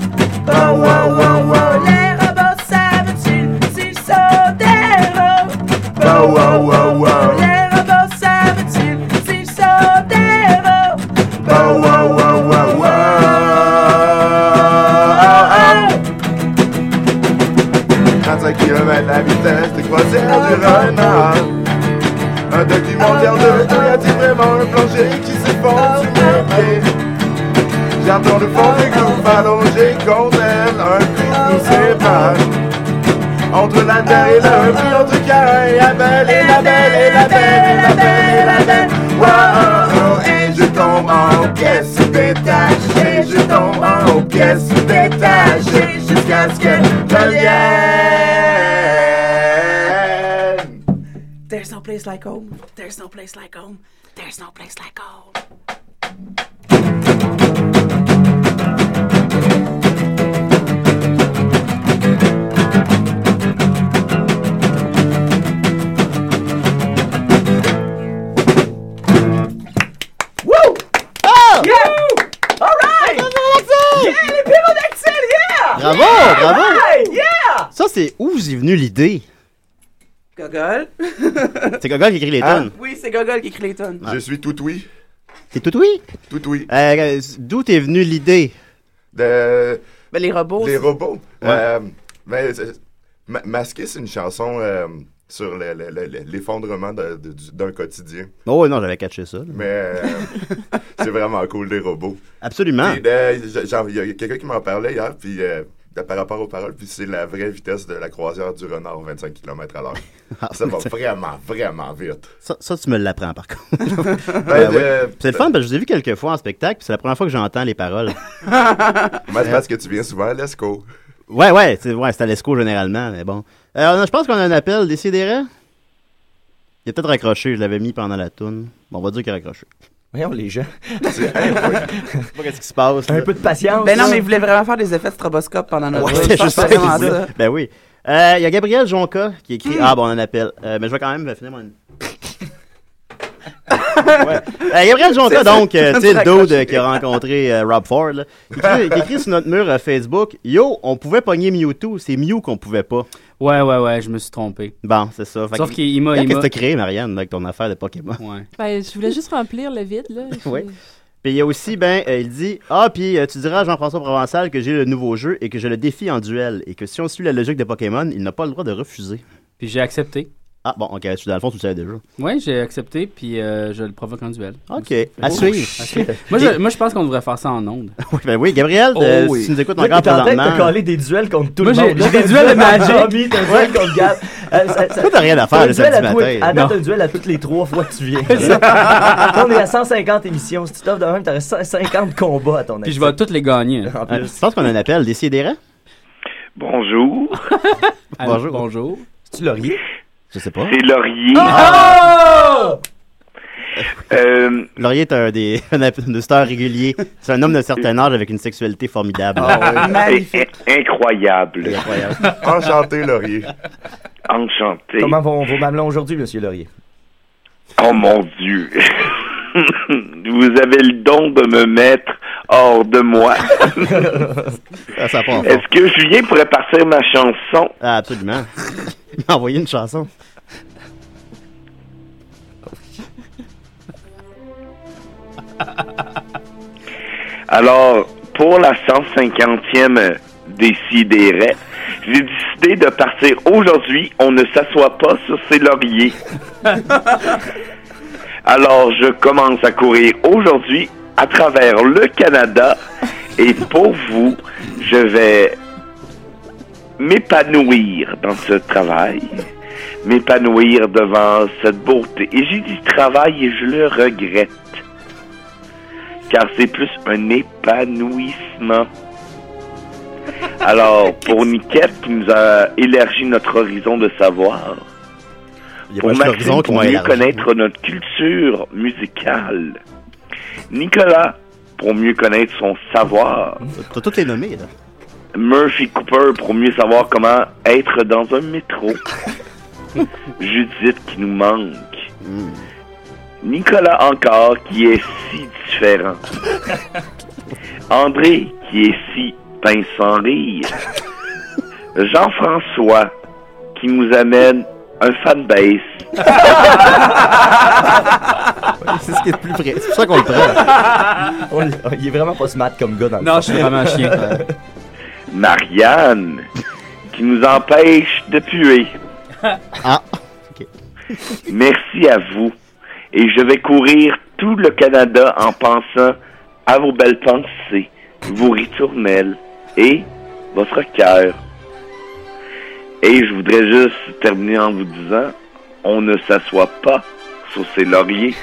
Wow, wow, wow, wow. Les robots savent s'ils s'ils sont des robots. Wow, wow, wow, wow. Les robots savent s'ils s'ils sont des robots. Wow, wow, wow, wow, wow. Ah, ah. 35 km la vitesse de croisière du renard. Un documentaire de tout, y a-t-il vraiment un plongé qui s'effondre sous mes pieds? J'entends le fond des groupes allongés contre elle, un cri nous sépare. Entre la terre et le mur, notre cœur et la belle, et la belle, et la belle, et la belle, et la belle. Wow, et je tombe en pièces détachées, je tombe en pièces détachées, jusqu'à ce que je vienne. There's no place like home. There's no place like home. There's no place like home. Woo! Oh! Yeah! All right! Yeah, les pyrodactyles, yeah! Bravo, Yeah! bravo! Right, yeah! Ça, c'est où est venue l'idée? Gogol. Ah, C'est Gogol qui écrit les tonnes. Oui, c'est Gogol qui écrit les tonnes. Ah, Je suis tout oui. T'es tout oui? Euh, Tout oui. D'où t'es venue l'idée? De... Ben, les robots. Les c'est- robots. Ouais. Euh, ben, c'est- Ma- Masqué, c'est une chanson euh, sur le- le- le- le- l'effondrement de- de- du- d'un quotidien. Oh non, j'avais catché ça. là. Mais euh, c'est vraiment cool, les robots. Absolument. Et, euh, j- genre, Il y a quelqu'un qui m'en parlait hier, puis euh, de- par rapport aux paroles, puis c'est la vraie vitesse de la croisière du renard, 25 km à l'heure. Ah, ça va putain. vraiment, vraiment vite. Ça, ça, tu me l'apprends, par contre. Ben Ben, oui. euh, Puis C'est le fun, parce que je vous ai vu quelques fois en spectacle, puis c'est la première fois que j'entends les paroles. Moi, c'est parce que tu viens souvent à l'ESCO. Ouais, ouais, c'est ouais, c'est à l'ESCO généralement, mais bon. Euh, on a- je pense qu'on a un appel, décidérez. Il a peut-être raccroché, je l'avais mis pendant la toune. Bon, on va dire qu'il a raccroché. Voyons, les gens. Je sais pas qu'est-ce qui se passe. Un peu de patience. Ben non, mais il voulait vraiment faire des effets de stroboscope pendant notre Ouais, route. je pense sais, que c'est vraiment c'est ça. ça. Ben oui. Euh, Il y a Gabriel Jonca qui écrit Hmm. Ah, bon, on a un appel. Euh, mais je vais quand même finir mon. Ouais. Euh, Gabriel Jonca, C'est- donc, c'est- euh, tu sais, le c'est dude euh, accroché. qui a rencontré euh, Rob Ford, là, qui, écrit, qui écrit sur notre mur euh, Facebook Yo, on pouvait pogner Mewtwo, c'est Mew qu'on pouvait pas. Ouais, ouais, ouais, je me suis trompé. Bon, c'est ça. Fait Sauf que- qu'il il m'a. Regarde il Qu'est-ce que m'a- t'as créé, Marianne, avec ton affaire de Pokémon Ouais. Ben, je voulais juste remplir le vide, là. Je- Ouais. Puis il y a aussi, ben, euh, il dit Ah, puis euh, tu diras à Jean-François Provençal que j'ai le nouveau jeu et que je le défie en duel et que si on suit la logique de Pokémon, il n'a pas le droit de refuser. Puis j'ai accepté. Ah, bon, ok, tu- dans le fond, tu le savais déjà. Ouais, j'ai accepté, puis euh, je le provoque en duel. Ok, Fait- à Oh, suivre. shit. À suivre. moi, je, moi, je pense qu'on devrait faire ça en ondes. Oui, ben oui, Gabriel, euh, si tu nous écoutes encore T'as présentement. collé des duels contre tout Moi, le j'ai- monde. j'ai des T'as duels de contre Magic. Tommy, t'as un duel contre Gab. Euh, ça- ça- Toi, t'as rien à faire t'as un le duel samedi à tous les- matin. Attends, Non. t'as un duel à toutes les trois fois que tu viens. on est à 150 émissions. Si tu t'offres de même, t'aurais 150 combats à ton Puis je vais toutes les gagner. Euh, Je pense qu'on a un appel, décidérez. Bonjour. Allô, Bonjour. Bonjour. C'est-tu Laurier? Je sais pas. C'est Laurier. Euh, Laurier est un des un app- un star régulier. C'est un homme d'un certain âge avec une sexualité formidable. Ah c'est in- incroyable. Enchanté, Laurier. Enchanté. Comment vont vos mamelons aujourd'hui, monsieur Laurier? Oh mon Dieu. Vous avez le don de me mettre hors de moi. ça part fort. Est-ce que Julien pourrait partir ma chanson? Ah, absolument. Il m'a envoyé une chanson. Alors, pour la 150e décideret, j'ai décidé de partir aujourd'hui. On ne s'assoit pas sur ses lauriers. Alors, je commence à courir aujourd'hui à travers le Canada et pour vous, je vais m'épanouir dans ce travail, m'épanouir devant cette beauté. Et j'ai dit travail et je le regrette, car c'est plus un épanouissement. Alors, pour Niquette, qui nous a élargi notre horizon de savoir, Il y a pour pas juste l'horizon Maxime, qu'on pour a mieux élargi. connaître notre culture musicale, Nicolas, pour mieux connaître son savoir, T'as tout les nommé, là. Murphy Cooper pour mieux savoir comment être dans un métro. Judith qui nous manque. Nicolas encore qui est si différent. André qui est si pince sans rire. Jean-François qui nous amène un fanbase. C'est ce qui est le plus vrai. C'est pour ça qu'on le prend. On l- il est vraiment pas smart comme gars dans le Non, fond. je suis vraiment chien. Marianne qui nous empêche de puer. Ah. Merci à vous. Et je vais courir tout le Canada en pensant à vos belles pensées, vos ritournelles et votre cœur. Et je voudrais juste terminer en vous disant, on ne s'assoit pas sur ses lauriers.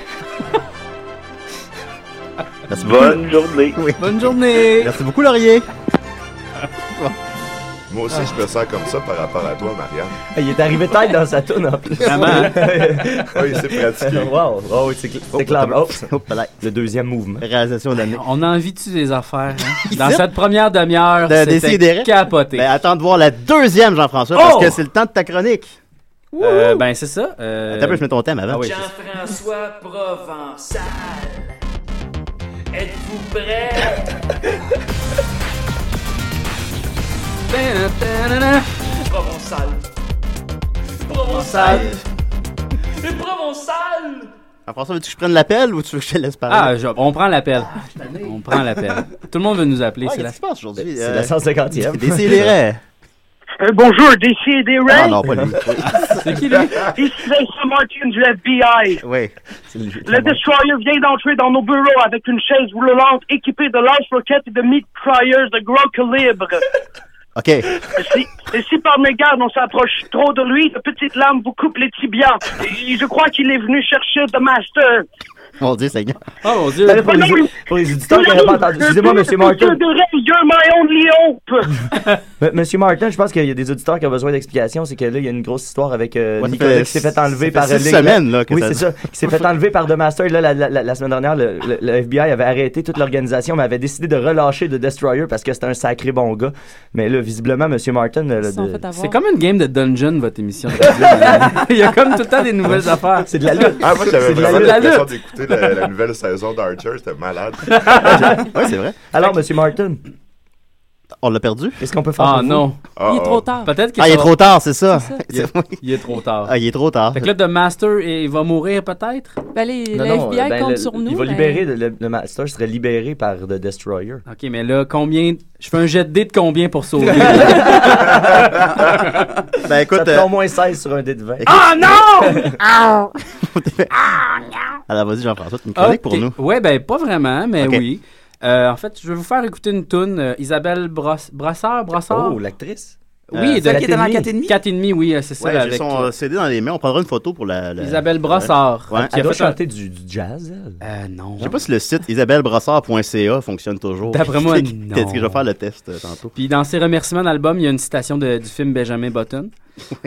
Bonne journée. Bonne journée. Merci beaucoup, Laurier. Moi aussi, je me sens comme ça par rapport à toi, Marianne. Il est arrivé tête dans sa toune en plus. Vraiment, hein? Ouais, il s'est pratiqué. Wow, Ah wow, c'est cl- c'est clair. Oh, Le deuxième mouvement. Réalisation d'année. On a envie de tuer des affaires. hein. Dans Ici? cette première demi-heure, De c'était décider. capoté. Ben, attends de voir la deuxième, Jean-François, Oh! parce que c'est le temps de ta chronique. Euh, ben, c'est ça. Euh... Attends, un peu, je mets ton thème avant. Ah oui, c'est- Jean-François Provençal. Êtes-vous prêts? Ben, Provençal. Provençal. Et Provençal! Jean-François, veux-tu que je prenne l'appel ou tu veux que je te laisse parler? Ah, je- on prend l'appel. On prend l'appel. Tout le monde veut nous appeler. Ouais, c'est qu'est-ce la... qui se passe Ben, aujourd'hui? C'est Euh, la 150e. Décidérez. Euh, bonjour, d'ici des Ray. Ah non, pas lui. C'est qui lui? Ici Sam Martin du FBI. Oui. Le destroyer vient d'entrer dans nos bureaux avec une chaise roulante équipée de large roquettes et de mitrailleurs de grand calibre. OK. Et si, et si par mégarde on s'approche trop de lui, de petites lames vous coupent les tibias. Et je crois qu'il est venu chercher The Master. Mon Dieu, Seigneur. Oh mon Dieu. Pour les, pour les auditeurs qui n'auraient pas entendu. Excusez-moi, monsieur Martin. You're my only hope. M- Monsieur Martin, je pense qu'il y a des auditeurs qui ont besoin d'explications. C'est que là, il y a une grosse histoire avec euh, Ouais, ça Nicolas fait- qui s'est fait enlever ça par fait six euh, semaines, là, que oui, ça- c'est ça. Qui s'est fait enlever par The Master. Et Là, la, la- la- la semaine dernière, le, le- le FBI avait arrêté toute l'organisation, mais avait décidé de relâcher The Destroyer parce que c'était un sacré bon gars. Mais là, visiblement, Monsieur Martin. euh, là, de- C'est comme une game de dungeon, votre émission. de radio. Il y a comme tout le temps des nouvelles affaires. C'est de la lutte. Ah, moi, j'avais C'est de la vraiment lutte. l'impression d'écouter la, la nouvelle saison d'Archer, c'était malade. oui, c'est vrai. Alors, Monsieur Martin. On l'a perdu? Qu'est-ce qu'on peut faire Ah, pour non. vous? Il est trop tard. Peut-être qu'il Ah, il est sera- trop tard, c'est ça. C'est ça. Il est- il est trop tard. Ah, il est trop tard. Fait que là, The Master, il va mourir peut-être? Ben, les, Non, le non, FBI euh, ben, compte le- sur nous. Il va mais- libérer, le, le- le Master serait libéré par The Destroyer. Ok, mais là, combien. Je fais un jet de dés de combien pour sauver? ben écoute. Ça te fait au moins 16 sur un dé de 20. Ah, non! Ah! Alors, vas-y, Jean-François, tu me chronique pour nous. Ouais, ben pas vraiment, mais Ok. oui. Euh, en fait, je vais vous faire écouter une toune. euh, Isabelle Brass- Brasseur, Brasseur. Oh, l'actrice? Oui, Euh, de celle qui était dans 4,5. 4,5, oui, euh, c'est ça. Ouais, j'ai avec son euh, CD dans les mains. On prendra une photo pour la. la- Isabelle Brassard. Ouais. Qui a Ah, fait un- du, du jazz, Euh, non. Je sais pas si le site isabellebrassard.ca fonctionne toujours. D'après moi, non. Peut-être que je vais faire le test euh, tantôt. Puis dans ses remerciements d'album, il y a une citation de- du film Benjamin Button.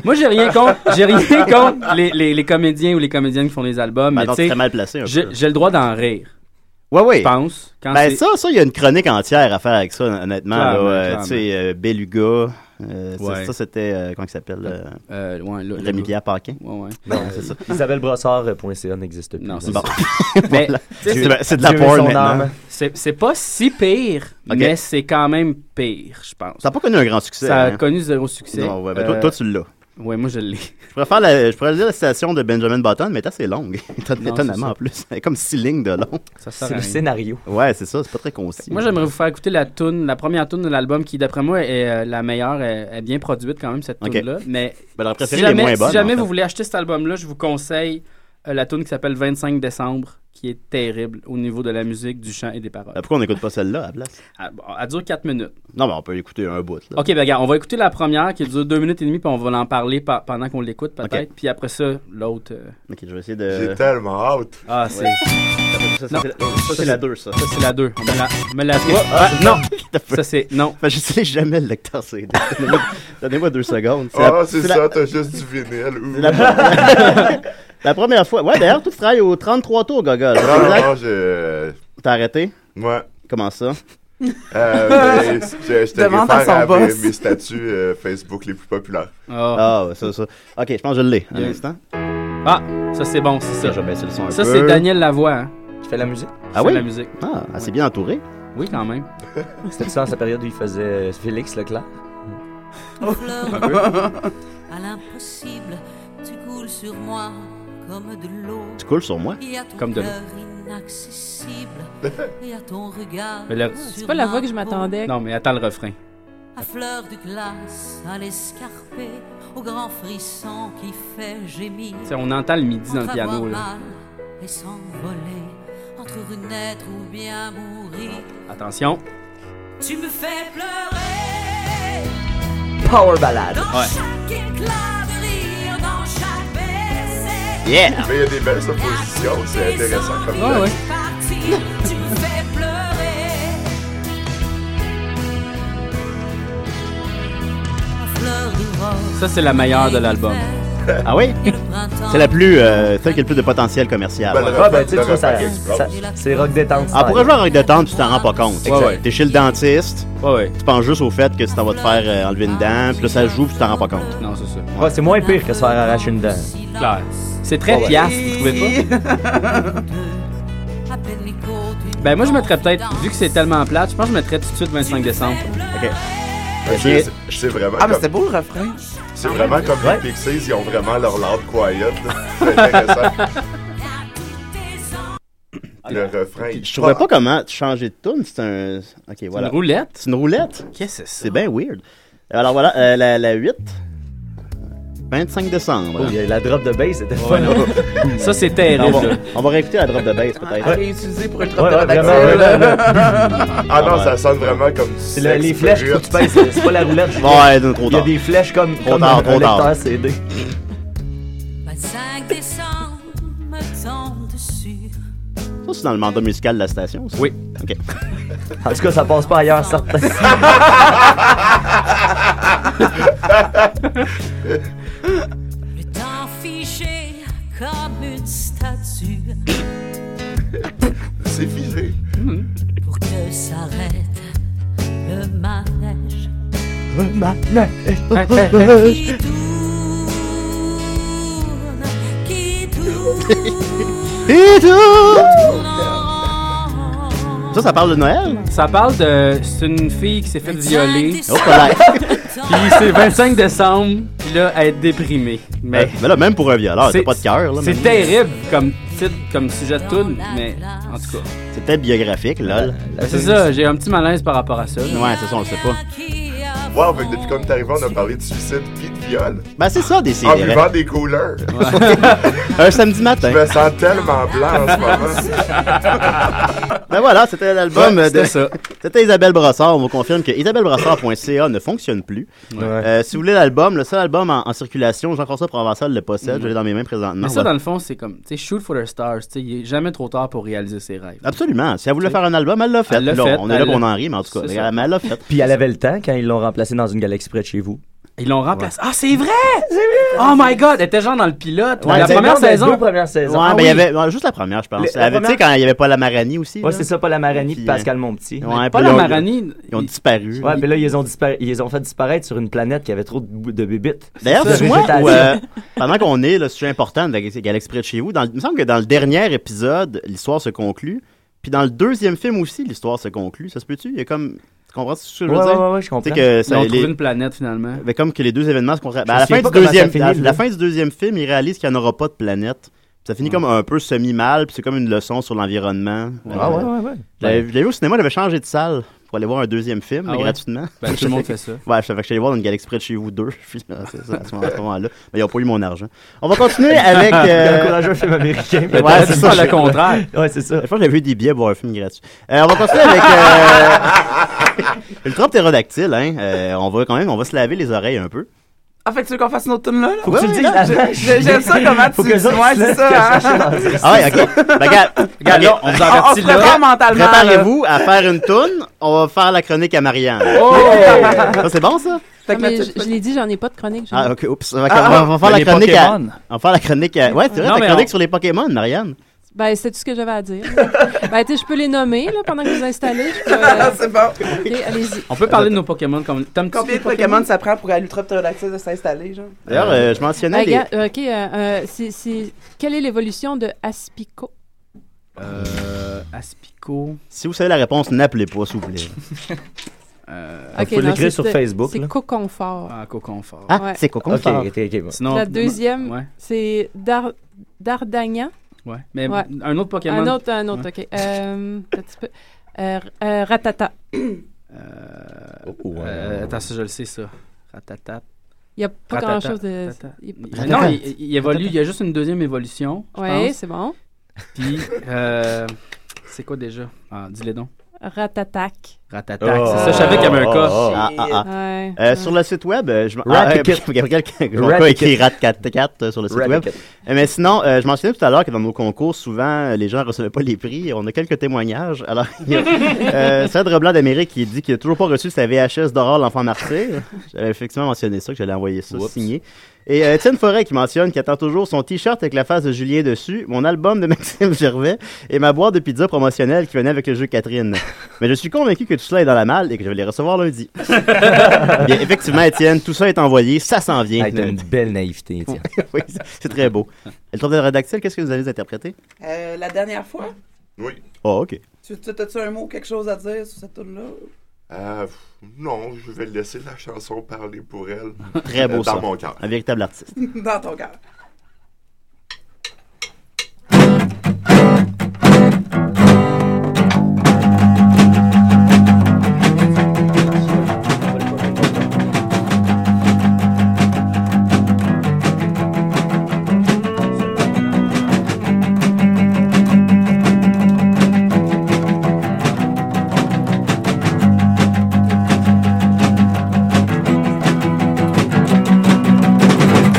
Moi, j'ai rien contre, j'ai rien contre les, les- les comédiens ou les comédiennes qui font les albums, Ben mais donc, tu sais, très mal placé un j'ai peu. j'ai le droit d'en rire. Ouais, ouais. Je pense. Quand ben c'est- ça, ça, il y a une chronique entière à faire avec ça, honnêtement. là, Clairement, euh, clairement. tu sais, euh, Beluga. euh, c'est- Ouais. Ça, c'était. euh, comment il s'appelle euh, Rémi-Pierre Paquin. Ouais, Euh, ouais. c'est ça. IsabelleBrassard.ca n'existe plus. Non, c'est bon. Mais, Voilà. c'est- Dieu- c'est de la Dieu et porn son maintenant. âme. C'est c'est pas si pire, Ok. mais c'est quand même pire, je pense. Ça n'a pas connu un grand succès. Ça a hein. connu zéro succès. Euh, Non, ouais, ben toi, toi, tu l'as. Ouais, moi, je l'ai. Je pourrais, faire la, je pourrais lire la citation de Benjamin Button, mais elle est assez longue. Éton- Non, c'est ça. Étonnamment, en plus. Elle est comme six lignes de long. Ça sert C'est à le rien. scénario. Ouais, c'est ça. C'est pas très concis. Moi, j'aimerais vous faire écouter la tune, la première tune de l'album qui, d'après moi, est euh, la meilleure, est, est bien produite quand même cette Ok. tune là. Mais Ben, la préférée si est jamais, moins bonne, si jamais en fait. vous voulez acheter cet album-là, je vous conseille euh, la tune qui s'appelle 25 décembre, qui est terrible au niveau de la musique, du chant et des paroles. Euh, Pourquoi on n'écoute pas celle-là à la place? Elle, Ah, elle dure 4 minutes. Non, mais on peut écouter un bout. Là. OK, ben regarde, on va écouter la première qui dure 2 minutes et demie, puis on va en parler pa- pendant qu'on l'écoute peut-être. OK. Puis après ça, l'autre. euh, Ok, je vais essayer de. J'ai tellement hâte. Ah, c'est. Oui. Ça, c'est Non. la- ça, c'est la 2, ça. Ça, c'est la 2. On me la, on me la trois. Ah, c'est non! T'as fait- Ça, c'est. Non. Enfin, je sais jamais le lecteur CD. Donnez-moi- Donnez-moi deux secondes. Ah, la- c'est la- ça, t'as juste du vinyle. ouh. c'est la... la première fois. Ouais, d'ailleurs, tu travailles au 33 tours, Gogol. Non, non, Exact. non, je. T'as arrêté? Ouais. Comment ça? Euh, mais je je te Demande à réfère son à mes, boss. mes statuts euh, Facebook les plus populaires. Ah, ouais, ça, ça. Ok, je pense que je l'ai. Un Il y a- instant. Ah, ça, c'est bon, c'est ça. Ok, je vais baisser le son un ça, peu. c'est Daniel Lavoie. hein. Qui fait la musique. Ah oui? la musique. Ah, assez bien entouré. Oui, quand même. C'était ça dans sa période où il faisait euh, Félix Leclerc. à l'impossible, tu coules sur moi comme de l'eau. Tu coules sur moi? Et à ton Comme de l'eau. cœur inaccessible, et à ton regard Mais le- sur C'est pas la ma voix que je m'attendais. Non, mais attends le refrain. À fleur de glace, à l'escarpé, au grand frisson qui fait gémir. Tu sais, on entend le midi dans le Entre piano, avoir là. mal Et s'envoler entre renaître ou bien mourir. Attention. Tu me fais pleurer. Power Ballad. Dans chaque éclat de rire, dans chaque baiser. Mais il y a des belles oppositions, c'est intéressant comme ça. Partir, tu me fais pleurer. Ça, c'est la meilleure de l'album. Ah oui? C'est la plus. euh, celle qui a le plus de potentiel commercial. Ben, le Ah, ben, tu sais, tu vois, ça- ça- c'est rock détente. Ah, pourquoi style. jouer en rock détente tu t'en rends pas compte? Exact. ouais. T'es chez le dentiste. Ouais, ouais. Tu penses juste au fait que tu t'en vas te faire euh, enlever une dent, puis là, ça joue, puis tu t'en rends pas compte. Non, c'est ça. Ouais, c'est moins pire que se faire arracher une dent. Clair. C'est très Ah Ouais. piastre, vous trouvez pas? ben, moi, je mettrais peut-être, vu que c'est tellement plate, je pense que je mettrais tout de suite 25 décembre. OK. C'est c'est vraiment. Ah, comme- mais c'était beau le refrain. C'est vraiment comme Ouais. les Pixies, ils ont vraiment leur loud quiet. là. C'est intéressant. Le refrain, il Ah, Je Ah. trouvais pas comment te changer de tune. C'est un. Ok, voilà. une roulette? C'est une roulette. Qu'est-ce que c'est ça? C'est bien weird. Alors voilà, euh, la, la 8. 25 décembre. Oh, la drop de bass était fun. Ça, c'est terrible. On va, on va réécouter la drop de bass peut-être. À réutiliser pour être Ouais, ouais, drôle vraiment, d'acteur. Ah non, ça sonne vraiment comme du C'est le- sexe les flèches brut. que tu pèses, c'est- c'est pas la roulette. Ouais, non, trop Il y a tard. des flèches comme, Trop comme tard, un- trop un tard. lecteur CD. 25 décembre me tombe dessus. Ça, c'est dans le mandat musical de la station, ça? Oui. OK. En tout cas, ça passe pas ailleurs, certain. Le temps fiché comme une statue. C'est figé. Mm-hmm. Pour que s'arrête le manège. Qui tourne, qui tourne. Et tourne en Ça, ça parle de Noël? Ça parle de. C'est une fille qui s'est faite violer. Oh, pas l'air. Puis c'est 25 décembre, puis là, elle est déprimée. Mais, Mais là, même pour un violeur, t'as c'est- pas de cœur. là, C'est même. terrible comme titre, comme sujet de tune, mais en tout cas. C'était biographique, lol. Ben, c'est ça, j'ai un petit malaise par rapport à ça. Ouais, c'est ça, on le sait pas. Wow, fait que depuis qu'on est arrivé, on a parlé de suicide pis de viol. Ben, c'est ça, des En séries. buvant des couleurs. Un samedi matin. Je me sens tellement blanc en ce moment. Ben voilà, c'était l'album Ouais, de c'était ça. C'était Isabelle Brassard. On vous confirme que isabellebrassard.ca ne fonctionne plus. Euh, si vous voulez l'album, le seul album en, en circulation, Jean-François Provençal le possède. Mhm. Je l'ai dans mes mains présentement. Mais ça, dans Voilà. le fond, c'est comme, tu sais, shoot for the stars, tu sais, il est jamais trop tard pour réaliser ses rêves. Absolument. Ah, Si elle voulait faire un album, elle l'a fait. Elle l'a Puis là, fait, on est là elle pour on l'a- en rit, mais en tout cas, C'est elle, ça. elle l'a fait. Puis elle avait le temps quand ils l'ont remplacé dans une galaxie près de chez vous. Ils l'ont remplacé. Ah, c'est vrai! Oh my god, elle était genre dans le pilote. Ouais, la c'est première bon, les saison. deux premières saisons. Ouais, Ah ben, il y oui. avait ouais, juste la première, je pense. Les- Elle la avait- Tu sais, première- quand il n'y avait pas la Maranie aussi. Ouais, là. c'est ça, Paul Amarani Puis, puis euh, Pascal Monpetit. Ouais, puis Paul là, on- Amarani, Ils ont disparu. Ouais, puis là, ils les ont, dispara- ils les ont fait disparaître sur une planète qui avait trop de, bou- de bébites. D'ailleurs, C'est ça, dis-moi, végétation. ou, euh, pendant qu'on est, le sujet important de la Galaxie- Galaxie près de chez vous, dans le- il me semble que dans le dernier épisode, l'histoire se conclut. Puis dans le deuxième film aussi, l'histoire se conclut. Ça se peut-tu? Il y a comme. Tu comprends ce que je veux Ouais, dire? ouais, ouais, je comprends. Tu sais que Ils ça- ont les- trouvé une planète finalement. ben, comme que les deux événements se contrairent. Je Ben, à la, sais fin pas du comment ça deuxième, finit, à là. la fin du deuxième film, ils réalisent qu'il n'y en aura pas de planète. Puis Ça finit comme un peu semi-mal, puis c'est comme une leçon sur l'environnement. Ah, ouais, ouais, ouais. J'avais- Je l'ai vu au cinéma, j'avais changé de salle. pour aller voir un deuxième film Ah ouais? gratuitement. Ben, tout le monde fait ça. Ouais, ça fait que j'allais voir une galaxie près de chez vous deux. Puis là, c'est ça, à ce moment- à ce moment-là. Mais ils n'ont pas eu mon argent. On va continuer avec. euh, Il a encouragé un film américain, peut-être. Ouais, c'est C'est ça. pas le contraire. Ouais, c'est ça. Je pense que j'avais eu des billets pour un film gratuit. Euh, on va continuer avec. euh, Ultra ptérodactyle, hein. Euh, on va quand même, on va se laver les oreilles un peu. Ah, fait que tu veux qu'on fasse une autre tune là? là? Faut que tu le dises là, avant. j'ai- j'ai- J'aime ça comment Faut Ah, tu. que les autres Ouais, se c'est laissent ça, cacher hein? dans les- Ah ouais, ok. Ben, regarde, regarde, là, on vous avertit, On- on se là. prépare mentalement, Préparez-vous à faire une toune. On va faire la chronique à Marianne. Oh! Ça, c'est bon, ça? Ah, mais je, je l'ai dit, j'en ai pas de chronique. j'en ai- Ah, ok, oups. Ok, Ah, on, va, on va faire mais la les chronique à. Pokémon. On va faire la chronique à. Ouais, c'est vrai, Non, ta mais chronique on- sur les Pokémon, Marianne. Ben, c'est tout ce que j'avais à dire. ben, tu sais, je peux les nommer là, pendant que vous installez. je peux, euh, C'est bon. OK, allez-y. On peut parler de nos Pokémon comme. T'aimes-tu Combien les de Pokémon ça prend pour l'ultra pterodactyle de s'installer, genre? D'ailleurs, euh, je mentionnais Ah, les. regarde, OK, euh, euh, c'est- c'est- quelle est l'évolution de Aspico? Euh. Aspico. Si vous savez la réponse, n'appelez pas, s'il vous plaît. Ok, faut non, l'écrire c'est- sur c'est- Facebook, C'est là. Coconfort. Ah, Cocon Fort. Ah, Ouais. c'est Cocon Ok, Fort. ok, ok, bon. Sinon- La deuxième, Ouais. c'est Dar- Dardagnan. Ouais. Mais un autre Pokémon. Un autre, un autre, Ouais. OK. Euh, un petit peu. Euh, euh, Ratata. Il Oh, Euh, attends, ça, je le sais, ça. Ratatat. n'y a pas Ratata. grand-chose de... Ratata. il- Mais Non, il, il- il évolue. Il y a juste une deuxième évolution. je Ouais, pense. c'est bon. Puis, euh, c'est quoi déjà Ah, dis-le donc. Ratatac. Ratatac. Oh. c'est ça, je savais qu'il y avait un cas. Ah, ah, ah. Ouais, Euh, ouais. Sur le site web, euh, je m'en. Ah, euh, Rat-ticket. Gabriel, mon Rat-ticket. cas écrit Rat44 euh, sur le site web. Rat-ticket. Euh, Mais sinon, euh, je mentionnais tout à l'heure que dans nos concours, souvent, euh, les gens ne recevaient pas les prix. On a quelques témoignages. Alors, il y a euh, Cèdre Blanc d'Amérique qui dit qu'il n'a toujours pas reçu sa VHS d'horreur L'Enfant Martyr. J'avais effectivement mentionné ça, que j'allais envoyer ça Oups. signé. Et euh, Étienne Forêt qui mentionne qu'il attend toujours son t-shirt avec la face de Julien dessus, mon album de Maxime Gervais et ma boîte de pizza promotionnelle qui venait avec le jeu Catherine. Mais je suis convaincu que tout cela est dans la malle et que je vais les recevoir lundi. Bien, effectivement, Étienne, tout ça est envoyé, ça s'en vient. Hey, t'as une belle naïveté, Étienne. oui, c'est- c'est très beau. Et Le tour de rédactile, qu'est-ce que vous allez interpréter? Euh, La dernière fois, Oui. Oh, ok. tu as-tu un mot, quelque chose à dire sur cette tune là Euh, pff, non, je vais laisser la chanson parler pour elle. Très beau Euh, ça. Dans mon cœur. Un véritable artiste. Dans ton cœur.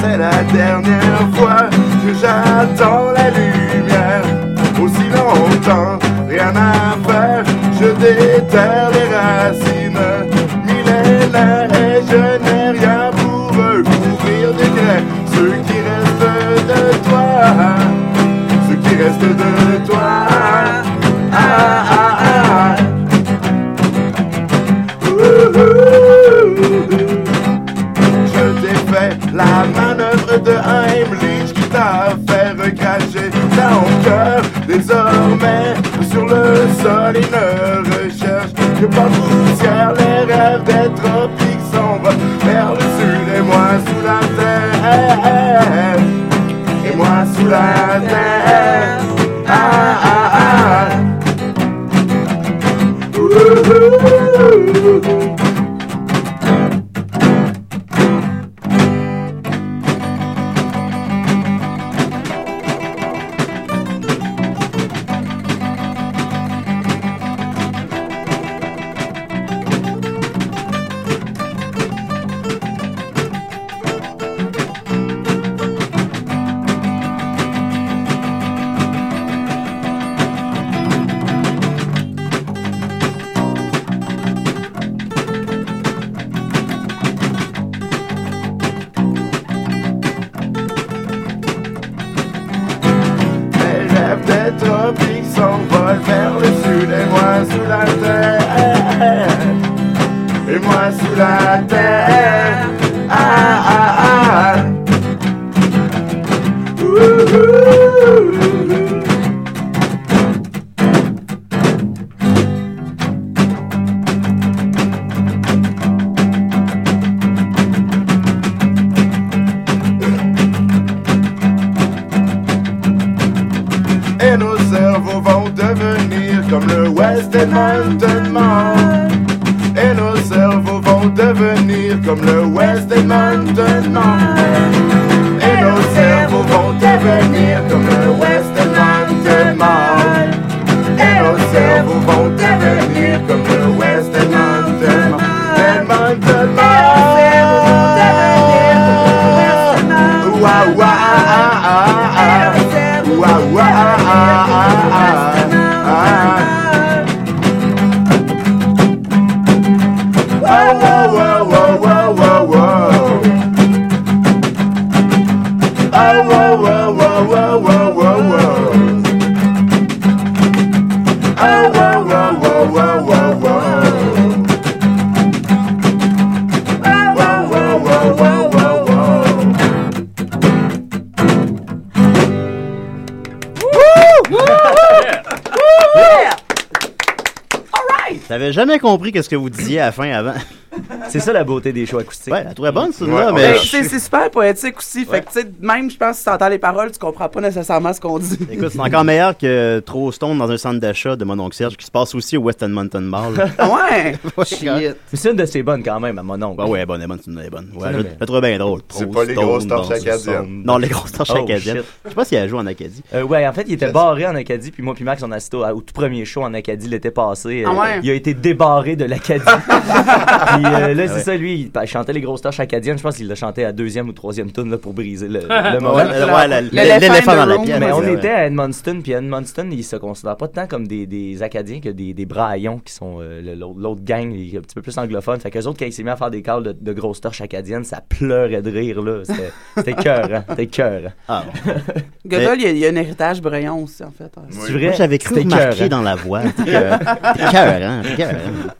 C'est la dernière fois que j'attends la lumière aussi longtemps. Rien à faire, je déterre les racines millénaires et je n'ai rien pour eux. Couvrir des grains ceux qui restent de toi, ceux qui restent de toi. Ah, ah, ah. Ouhou. Je t'ai fait la manœuvre de Heimlich qui t'a fait recracher ton cœur. Désormais, sur le sol, il ne recherche que pas de poussière. Les rêves des tropiques sombres vers le sud et moi sous la terre. Et moi sous la terre. Ah, ah, ah. Ouhou. Les rêves des tropiques s'envolent vers le sud et moi sous la terre. Et moi sous la terre. Ah ah ah. Ouhou. et nos cerveaux vont devenir comme le West Westerman demande. Et nos cerveaux vont devenir comme le Westerman demande. Et nos cerveaux vont devenir comme le Westerman demande. Et nos cerveaux vont devenir comme le Westerman demande. Demande, demande. Ouah, ouah, ah, ah, ah, ah. Ouah, ouah, ah, ah, ah, ah, ah. Wow, wow, wow, wow, wow, wow, wow. Oh, wow, wow, wow, wow, wow, wow, wow. Oh, wow, wow, wow, wow, wow, wow. Wow, wow, wow, wow, wow, wow. T'avais jamais compris qu'est-ce que vous disiez à la fin avant. C'est ça la beauté des shows acoustiques. Ouais, la trouvais bonne, celle Ouais, là on mais. l'a- je- Ben, C'est c'est super poétique aussi. Fait que, tu sais, même, je pense, si t'entends les paroles, tu comprends pas nécessairement ce qu'on dit. Écoute, c'est encore meilleur que Trop Stone dans un centre d'achat de mon oncle Serge qui se passe aussi au Western Mountain Mall. Ah, ouais! Shit! C'est une de ses bonnes quand même, à mon oncle. Ah ouais, bonne, bonne, c'est une bonne. Ouais, C'est je une je la trouvais bien drôle. C'est Trop pas les Stone grosses dans torches un centre- acadiennes. Non, les grosses torches Oh, acadiennes. shit. Je sais pas si elle joue en Acadie. Euh, ouais, en fait, il était barré en Acadie, puis moi puis Max, on a assisté au, au tout premier show en Acadie l'été passé. Euh, Ah ouais? Il a été débarré de l'Acadie. puis euh, là, c'est Ah ouais. ça, lui, il pa- chantait les grosses torches acadiennes. Je pense qu'il l'a chanté à deuxième ou troisième tune là, pour briser le, le moment. Ouais, le- ouais, le- L'éléphant l'éléphant dans la room. pièce, Mais on ouais. était à Edmonton, puis à Edmonton, ils se considèrent pas tant comme des, des Acadiens que des, des Braillons, qui sont euh, le- l'autre l'autre gang, les- un petit peu plus anglophone. Fait qu'eux autres, quand ils s'est mis à faire des calls de, de grosses torches acadiennes, ça pleurait de rire, là. C'était- C'était cœur, hein. C'était cœur. Ah Godol, il y a- il y, a un héritage brayon aussi, en fait. C'est vrai? Moi, j'avais cru C'était remarquer écœurant. dans la voix. T'es cœur, hein? T'es cœur,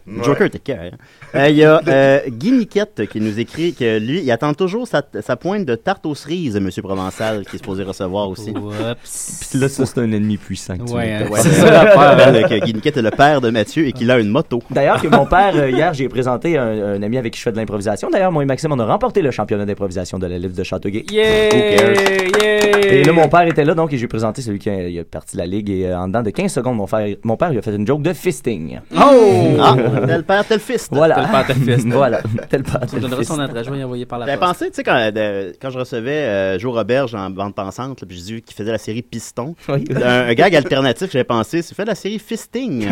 Ouais. Joker, t'es cœur. Il y a euh, Guy Niquette qui nous écrit que lui, il attend toujours sa, sa pointe de tarte aux cerises, M. Provençal, qui est supposé recevoir aussi. Puis là, ça, c'est un ennemi puissant. que tu Ouais, m'étais- hein, c'est ça l'affaire. Rappelle que Guy Niquette est le père de Mathieu et qu'il a une moto. D'ailleurs, que mon père, euh, hier, j'ai présenté un, un ami avec qui je fais de l'improvisation. D'ailleurs, moi et Maxime, on a remporté le championnat d'improvisation de la Live de Châteauguay. Who cares? Et là, mon père était là, donc, et j'ai présenté celui qui a, il a parti de la Ligue. Et euh, en dedans de 15 secondes, mon, frère- mon père, il a fait une joke de fisting. Oh! Ah, tel père, tel fist. Voilà. Tel père, tel fist. voilà. Tel père, Tu me tel donneras fist. son adresse, je vais y envoyer par la J'avais poste. pensé, tu sais, quand, euh, quand je recevais euh, Joe Roberge en bande pensante, là, puis j'ai dit qu'il faisait la série Piston, Oui. un, un gag alternatif que j'avais pensé, c'est fait la série Fisting.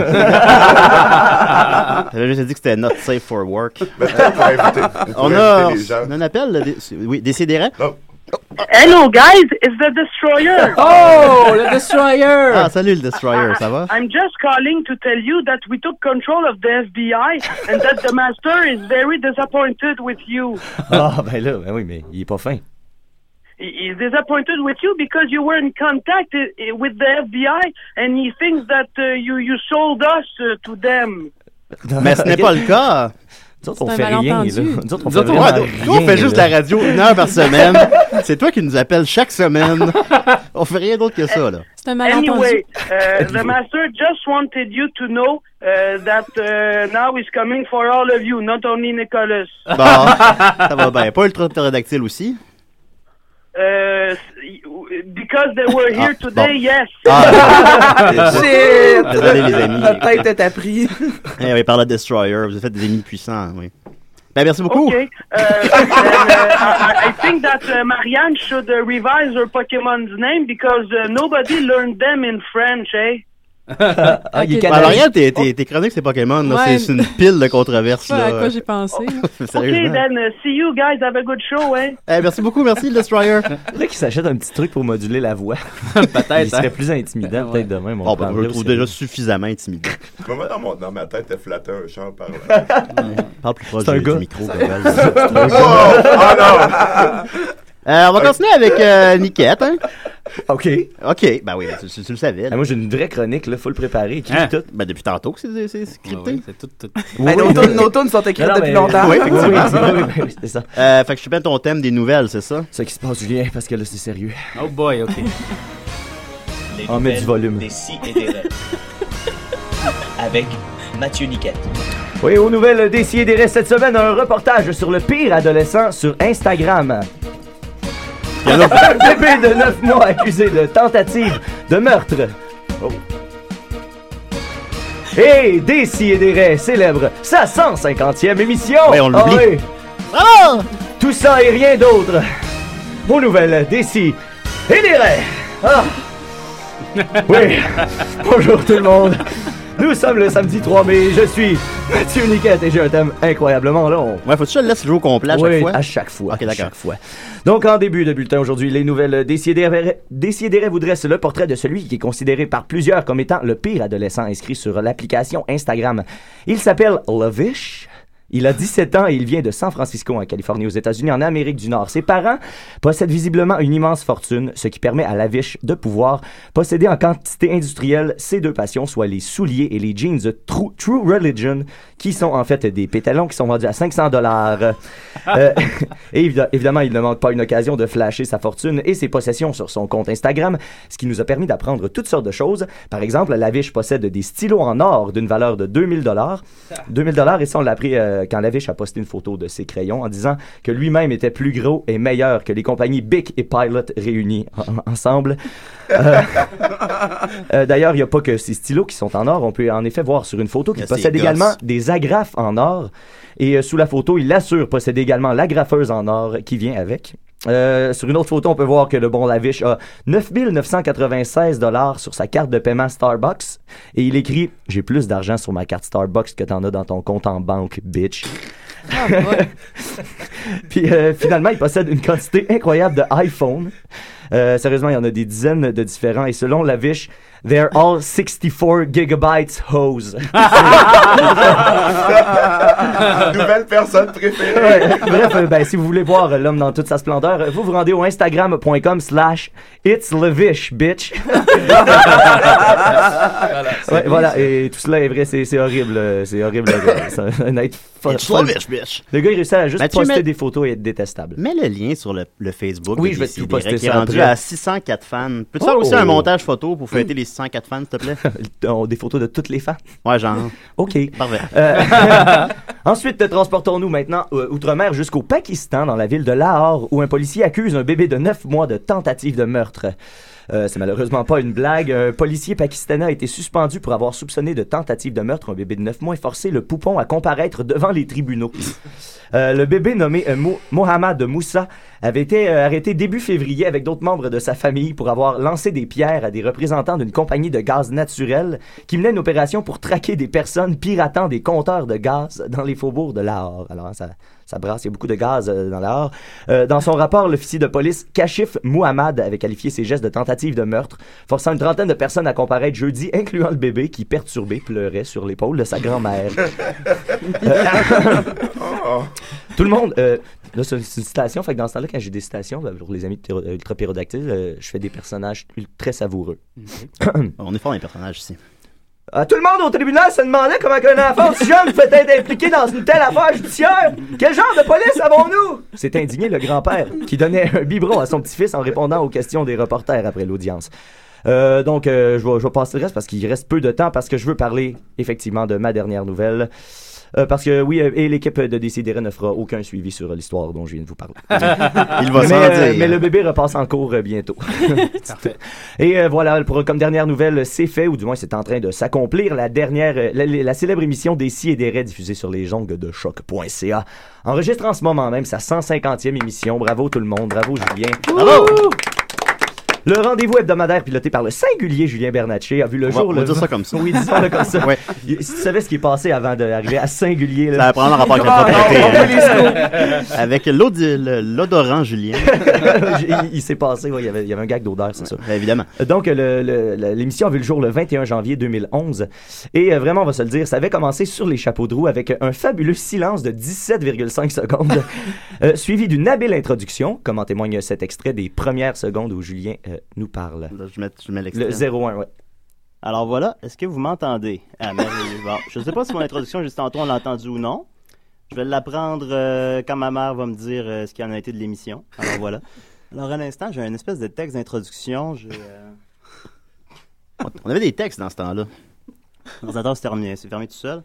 J'avais juste dit que c'était not safe for work. on a on a un appel, là, des- oui, décidérez. Hello, Eh, guys, it's the Destroyer. Oh, le Destroyer! Ah, salut le Destroyer, ça va? I'm just calling to tell you that we took control of the FBI and that the master is very disappointed with you. Ah, ben là, ben oui, mais il est pas fin. He- He's disappointed with you because you were in contact i- i- with the FBI and he thinks that uh, you you sold us uh, to them. Mais ce n'est pas le cas. Nous autres, on C'est un fait rien, malentendu. là. Nous autres, on fait vraiment nous, on rien, fait juste là. la radio une heure par semaine. C'est toi qui nous appelles chaque semaine. on fait rien d'autre que ça, là. Eh, Anyway, uh, the master just wanted you to know uh, that uh, now he's coming for all of you, not only Nicholas. Bon, ça va bien. Pas ultra pterodactyle aussi. Uh, s- because they were here Ah, today, bon. yes. Ah, désolé. Shit! Désolé, les amis. La tête est à prix. Eh oui, par le Destroyer, vous avez fait des ennemis puissants, oui. Ben, merci beaucoup. Okay. Uh, and, uh, I, I think that uh, Marianne should uh, revise her Pokemon's name because uh, nobody learned them in French, eh? ah, il est ben, Alors, regarde, tes, oh. tes, tes chroniques, c'est Pokémon, là, Ouais. c'est- c'est une pile de controverses. là. pensé. okay, Sérieusement. then uh, see you guys. Have a good show, eh? Eh, merci beaucoup, merci, le Destroyer. Là, qu'il s'achète un petit truc pour moduler la voix. peut-être. Il serait hein. plus intimidant, peut-être demain, mon Bon, père. ben, je le trouve Là, déjà suffisamment intimidant. Moi, dans, mon- dans ma tête, t'as flatté un champ par là. Parle plus proche C'est un du, du gars. micro. Ça- Gabriel. C'est un gars. Oh, ah, Euh, on va continuer avec euh, Niquette, hein? OK. OK, ben oui, tu, tu- tu le savais. là. moi, j'ai une vraie chronique, là, faut le préparer. Qui Hein? tout? Ben, depuis tantôt que c'est- c'est scripté. c'est tout, tout. Ben, nos tunes- nos tunes sont écrites depuis longtemps. Oui, effectivement. Oui, oui, oui, c'est ça. Euh, fait que je suis bien ton thème des nouvelles, c'est ça? Ce qui se passe, Julien, parce que là, c'est sérieux. Oh boy, ok. Ah, On met du volume. Des si et des rêves. Avec Mathieu Niquette. Oui, aux nouvelles d'Essier des restes cette semaine, un reportage sur le pire adolescent sur Instagram. Un bébé de 9 mois accusé de tentative de meurtre. Oh. Et Décidérez célèbre sa 150e émission. Ah Ouais, on l'oublie. oui. Tout ça et rien d'autre. Aux nouvelles Déci et des raies. Ah. Oui. Bonjour tout le monde. Nous sommes le samedi 3 mai. Je suis Mathieu Niquette et j'ai un thème incroyablement long. Ouais, faut que tu le laisses jouer au complet à chaque Oui, fois? à chaque fois. Ok, à d'accord. chaque fois. Donc, en début de bulletin aujourd'hui, les nouvelles Décidérez Décidérez vous dresse le portrait de celui qui est considéré par plusieurs comme étant le pire adolescent inscrit sur l'application Instagram. Il s'appelle Lovish. Il a 17 ans et il vient de San Francisco, en Californie, aux États-Unis, en Amérique du Nord. Ses parents possèdent visiblement une immense fortune, ce qui permet à Lavish de pouvoir posséder en quantité industrielle ses deux passions, soit les souliers et les jeans True, True Religion, qui sont en fait des pétalons qui sont vendus à 500 dollars. Euh, et évi- évidemment, il ne manque pas une occasion de flasher sa fortune et ses possessions sur son compte Instagram, ce qui nous a permis d'apprendre toutes sortes de choses. Par exemple, Lavish possède des stylos en or d'une valeur de 2000 dollars. 2000 dollars et ça on l'a appris euh, quand Lavish a posté une photo de ses crayons en disant que lui-même était plus gros et meilleur que les compagnies Bic et Pilot réunies en- ensemble. Euh, euh, D'ailleurs, il n'y a pas que ces stylos qui sont en or. On peut en effet voir sur une photo qu'il Merci, possède gosse. également des agrafes en or. Et euh, sous la photo, il assure posséder également l'agrafeuse en or qui vient avec. Euh, sur une autre photo, on peut voir que le bon Lavish a 9996 dollars sur sa carte de paiement Starbucks et il écrit j'ai plus d'argent sur ma carte Starbucks que t'en as dans ton compte en banque, bitch. Puis euh, finalement, il possède une quantité incroyable de iPhone. Euh, sérieusement, il y en a des dizaines de différents. Et selon Lavish, they're all 64 gigabytes hoes. Nouvelle personne préférée. Ouais. Bref, euh, ben, si vous voulez voir euh, l'homme dans toute sa splendeur, euh, vous vous rendez au instagram.com slash it's Lavish, bitch. Euh, Ouais, voilà, et tout cela est vrai, c'est c'est horrible. euh, C'est horrible. euh, ça- Night fo- It's folle. Lavish, bitch. Le gars, il réussit à juste Mathieu, poster mais- des photos et être détestable. Mets le lien sur le, le Facebook. Oui, de je vais Décidérez, tout poster qui est ça rendu après. à 604 fans. Peux-tu faire Oh! Mmh. Mm. aussi un montage photo pour fêter les 604 fans, s'il te plaît? On- des photos de toutes les fans? Ouais, genre. OK. Parfait. Euh, ensuite, transportons-nous maintenant euh, outre-mer jusqu'au Pakistan, dans la ville de Lahore, où un policier accuse un bébé de 9 mois de tentative de meurtre. Euh, c'est malheureusement pas une blague. Un policier pakistanais a été suspendu pour avoir soupçonné de tentative de meurtre un bébé de 9 mois et forcé le poupon à comparaître devant les tribunaux. Euh, le bébé nommé euh, Mo- Mohammad Moussa avait été euh, arrêté début février avec d'autres membres de sa famille pour avoir lancé des pierres à des représentants d'une compagnie de gaz naturel qui menait une opération pour traquer des personnes piratant des compteurs de gaz dans les faubourgs de Lahore. Alors, hein, ça, ça brasse, il y a beaucoup de gaz euh, dans Lahore. Euh, dans son rapport, l'officier de police Kashif Muhammad avait qualifié ses gestes de tentative de meurtre, forçant une trentaine de personnes à comparaître jeudi, incluant le bébé qui, perturbé, pleurait sur l'épaule de sa grand-mère. Tout le monde. euh, là, c'est une c'est une citation. Fait que dans ce temps-là, quand j'ai des citations, ben, pour les amis de pyro- euh, ultra pyrodactyles, euh, je fais des personnages ul- très savoureux. Mm-hmm. On est fort des personnages ici. Euh, tout le monde au tribunal se demandait comment un enfant si jeune peut être impliqué dans une telle affaire judiciaire. Quel genre de police avons-nous? S'est indigné le grand-père, qui donnait un biberon à son petit-fils en répondant aux questions des reporters après l'audience. Euh, donc, euh, je vais je vais passer le reste parce qu'il reste peu de temps, parce que je veux parler effectivement de ma dernière nouvelle. Euh, parce que oui, euh, et l'équipe de Décideret ne fera aucun suivi sur euh, l'histoire dont je viens de vous parler. Il va mais, sans euh, dire. mais le bébé repasse en cours euh, bientôt. Et euh, voilà, pour, comme dernière nouvelle, c'est fait, ou du moins c'est en train de s'accomplir, la dernière, euh, la, la célèbre émission des si et des raies diffusée sur les jongles de choc.ca. Enregistre en ce moment même sa 150e émission. Bravo tout le monde, bravo Julien. Bravo! Le rendez-vous hebdomadaire piloté par le singulier Julien Bernatchez a vu le On va- jour on le va dire ça vingt- comme ça. Oui, disons-le comme ça. Ouais. Si tu savais ce qui est passé avant d'arriver à singulier, là. Ça va prendre un rapport avec la Ah, propriété. Avec l'ode- le- l'odorant Julien. il il s'est passé, ouais, il, y avait, il y avait un gag d'odeur, c'est ça. ben, évidemment. Donc, le- le- le- l'émission a vu le jour le 21 janvier 2011. Et euh, vraiment, on va se le dire, ça avait commencé sur les chapeaux de roue avec un fabuleux silence de 17,5 secondes, euh, suivi d'une habile introduction, comme en témoigne cet extrait des premières secondes où Julien euh, nous parle. je mets, l'extrait. Le 01, ouais. Alors voilà, est-ce que vous m'entendez? Ah, merveilleux. Bon, je ne sais pas si mon introduction, juste tantôt, on l'a entendu ou non. Je vais l'apprendre euh, quand ma mère va me dire euh, ce qu'il en a été de l'émission. Alors voilà. Alors à l'instant, j'ai une espèce de texte d'introduction. J'ai, euh, on- On avait des textes dans ce temps-là. L'ordinateur s'est terminé, c'est fermé tout seul.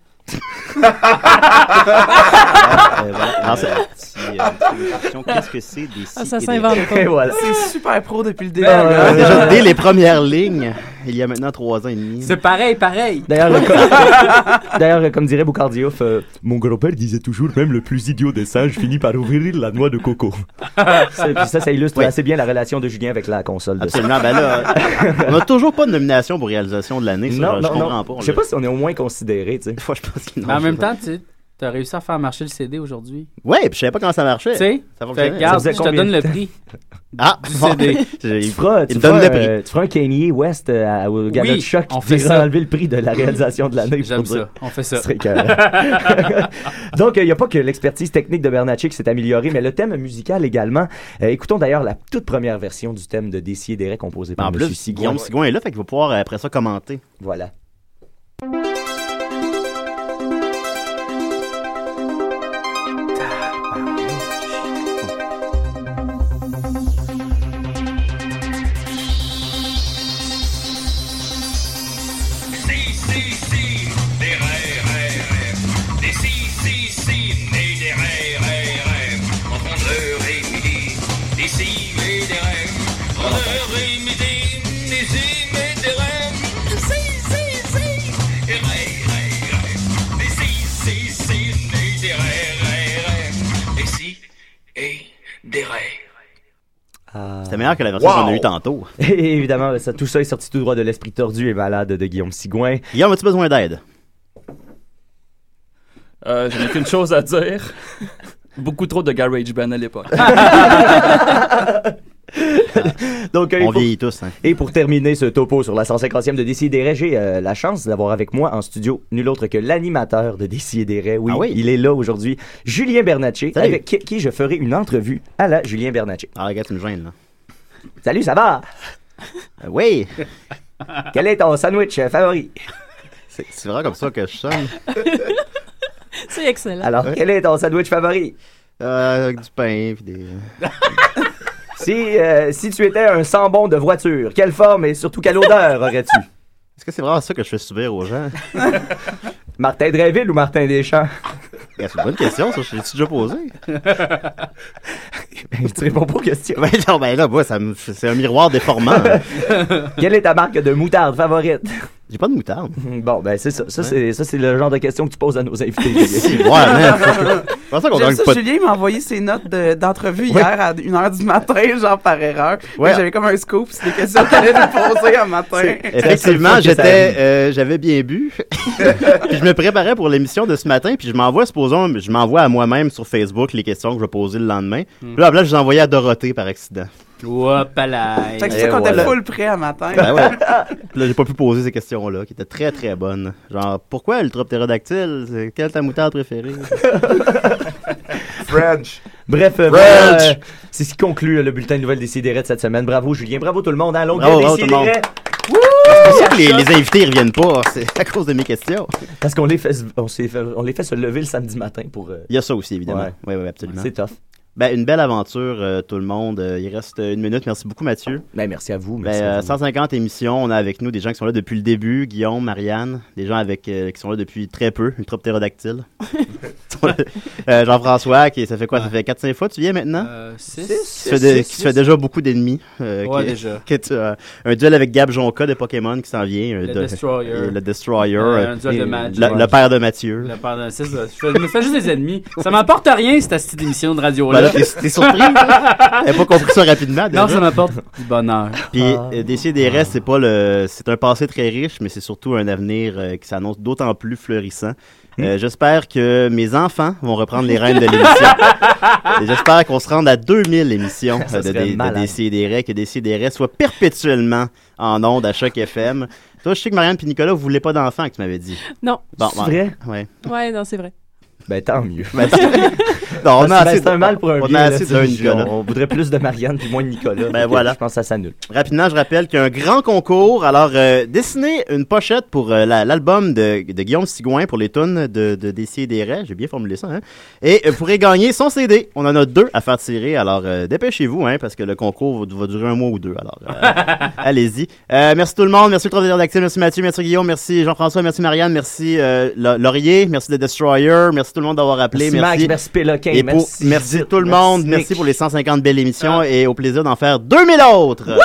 Euh, voilà. Alors, c'est- si, euh, introduction, Qu'est-ce que c'est des si Ah, ça et des- s'invente pas. Et voilà. Ben, Ben, C'est super pro depuis le début. euh, Ah, ouais, ouais, déjà, dès les premières lignes, il y a maintenant trois ans et demi. Ben, C'est pareil, pareil. D'ailleurs, le co- D'ailleurs, euh, comme dirait Boucardioff, euh, mon grand-père disait toujours même le plus idiot des singes finit par ouvrir la noix de coco. ça, puis ça, ça illustre Oui. assez bien la relation de Julien avec la console. De Absolument, ben là, on n'a toujours pas de nomination pour réalisation de l'année. ça, Non, je non, comprends non. pas. Je sais pas si on est au moins considéré, tu sais. Fois, je pense qu'il Mais en même temps, tu sais, t'as réussi à faire marcher le CD aujourd'hui. Ouais, puis je savais pas comment ça marchait. Tu sais, ça fait que regarde, Ça faisait je te combien donne de le temps? prix. Ah, du CD. Tu feras, tu, Il me donne feras, le prix. euh, tu feras un Kanye West euh, à- au Gala Oui, de Choc on qui fait dira ça. enlever le prix de la réalisation de l'année. J'aime pour dire. ça. On fait ça. Ce serait écœurant. Donc, il n'y a pas que l'expertise technique de Bernatchez qui s'est améliorée, mais le thème musical également. Euh, écoutons d'ailleurs la toute première version du thème de Décideret composé par En M. plus, Guillaume Sigouin est là, fait qu'il va pouvoir euh, après ça commenter. Voilà. Si, si, si, des rêves, rêves, rêves. Des si, si, si, nés des rêves, rêves, rêves. Entre l'heure et midi, des si et des rêves. Entre l'heure et midi, des si et des rêves. Des si, si, si, des rêves, rêves, rêves. Des si, si, si, nés des rêves, rêves, rêves. Des si et des rêves. C'était meilleur que la version qu'on a eue tantôt. Ah. Et évidemment, ça- tout ça est sorti tout droit de l'esprit tordu et malade de Guillaume Sigouin. Guillaume, as-tu besoin d'aide? Euh, je n'ai qu'une chose à dire. Beaucoup trop de GarageBand à l'époque. Donc, euh, On pour- vieillit tous, hein. Et pour terminer ce topo sur la 150e de Décideret, j'ai euh, la chance d'avoir avec moi en studio nul autre que l'animateur de Décideret. Oui, Ah oui? il est là aujourd'hui, Julien Bernatchez, Salut. avec qui, qui je ferai une entrevue à la Julien Bernatchez. Ah, regarde, tu me gênes, là. Euh, Salut, ça va? oui. Quel est ton sandwich euh, favori? C'est c'est vraiment comme ça que je sonne. C'est excellent. Alors, quel est ton sandwich favori? Euh, avec du pain, puis des... Si, euh, si tu étais un sambon de voiture, quelle forme et surtout quelle odeur aurais-tu? Est-ce que c'est vraiment ça que je fais subir aux gens? Martin Drainville ou Martin Deschamps? Eh, c'est une bonne question, ça. Je l'ai déjà posé. tu réponds pas aux questions. Ben non, ben là, moi, ça me- c'est un miroir déformant. hein. Quelle est ta marque de moutarde favorite? J'ai pas de moutarde. Bon, ben c'est ça. Ça, c'est, ça, c'est le genre de question que tu poses à nos invités. C'est vrai, man. C'est pour ça qu'on J'aime gagne ça, pas de- Julien m'a envoyé ses notes de- d'entrevue hier à 1h du matin, genre par erreur. Ouais. Et J'avais comme un scoop, c'est des questions qu'il allait nous poser un matin. Effectivement, j'étais, euh, j'avais bien bu. puis je me préparais pour l'émission de ce matin, puis je m'envoie, supposons, je m'envoie à moi-même sur Facebook les questions que je vais poser le lendemain. Hmm. Puis là, là, je les envoyais à Dorothée par accident. Wapalaï. Fait que c'est ça qu'on était full prêt à matin. Ben ouais. Puis là, j'ai pas pu poser ces questions-là, qui étaient très très bonnes. Genre, pourquoi Ultra Pterodactyle C'est- Quelle est ta moutarde préférée French. Bref, euh, French. voilà, euh, c'est ce qui conclut euh, le bulletin de nouvelles des Sidérés de cette semaine. Bravo Julien, bravo tout le monde. hein. Allons Bravo, bien bravo des Oh, tout le monde. Sidérés. C'est pour ça que les, les invités ils reviennent pas, c'est à cause de mes questions. Parce qu'on les fait, se- on s'est fait- on les fait se lever le samedi matin pour. euh, Il y a ça aussi, évidemment. Ouais. Oui, oui, absolument. C'est tough. Ben, une belle aventure, euh, tout le monde. Euh, Il reste une minute. Merci beaucoup, Mathieu. Ben, merci à vous. Ben, euh, 150 émissions. On a avec nous des gens qui sont là depuis le début. Guillaume, Marianne, des gens avec, euh, qui sont là depuis très peu. Ultra ptérodactyle. Euh, Jean-François, qui ça fait quoi? Ça fait 4-5 fois que tu viens maintenant? Euh, six. Qui se fait, de- Six, qui six, se fait six. déjà beaucoup d'ennemis. euh, Ouais, qui- déjà. que tu as un duel avec Gab Jonca de Pokémon qui s'en vient. euh, Le de- Destroyer. euh, Le Destroyer. Euh, un euh, duel de le- match. le- le père de Mathieu. Le père de- c'est ça. Je fais- je me fais juste des ennemis. Ça m'apporte rien, cette petite émission de Ben radio-là. là, t'es t'es surpris? là? T'as pas compris ça rapidement? Ah. Non, ça m'apporte du bonheur. Puis Ah. euh, Décideret, c'est pas le, c'est un passé très riche, mais c'est surtout un avenir euh, qui s'annonce d'autant plus florissant. Hmm. Euh, J'espère que mes enfants vont reprendre les rênes de l'émission. Et J'espère qu'on se rende à 2000 émissions Ça euh, de, serait Dé- de malade. Décideret, que Décideret soit perpétuellement en ondes à chaque FM. Toi, je sais que Marianne et Nicolas, vous voulez pas d'enfants, que tu m'avais dit. Non. C'est vrai? Ouais. Ouais, non, c'est vrai. Ben, tant mieux. Ben, tant- Non, on Parce que, a ben, assez c'est un de- mal pour un on a bien, là, assez cette d'un émission. Nicolas. On voudrait plus de Marianne puis moins de Nicolas. Ben Donc, voilà. Je pense que ça s'annule. Rapidement, je rappelle qu'il y a un grand concours. Alors, euh, dessinez une pochette pour euh, la- l'album de, de Guillaume Sigouin pour les tunes de, de Décideret. J'ai bien formulé ça. Hein? Et euh, vous pourrez gagner son CD. On en a deux à faire tirer. Alors, euh, dépêchez-vous, hein, parce que le concours va, va durer un mois ou deux. Alors, euh, allez-y. Euh, merci tout le monde. Merci le Trois Dactyl. Merci Mathieu. Merci Guillaume. Merci Jean-François. Merci Marianne. Merci euh, La- Laurier. Merci The Destroyer. Merci tout le monde d'avoir appelé. Merci Max, merci Péloquin, Et pour- merci merci Judith, tout le merci monde. Nick. Merci pour les 150 belles émissions et au plaisir d'en faire 2000 autres.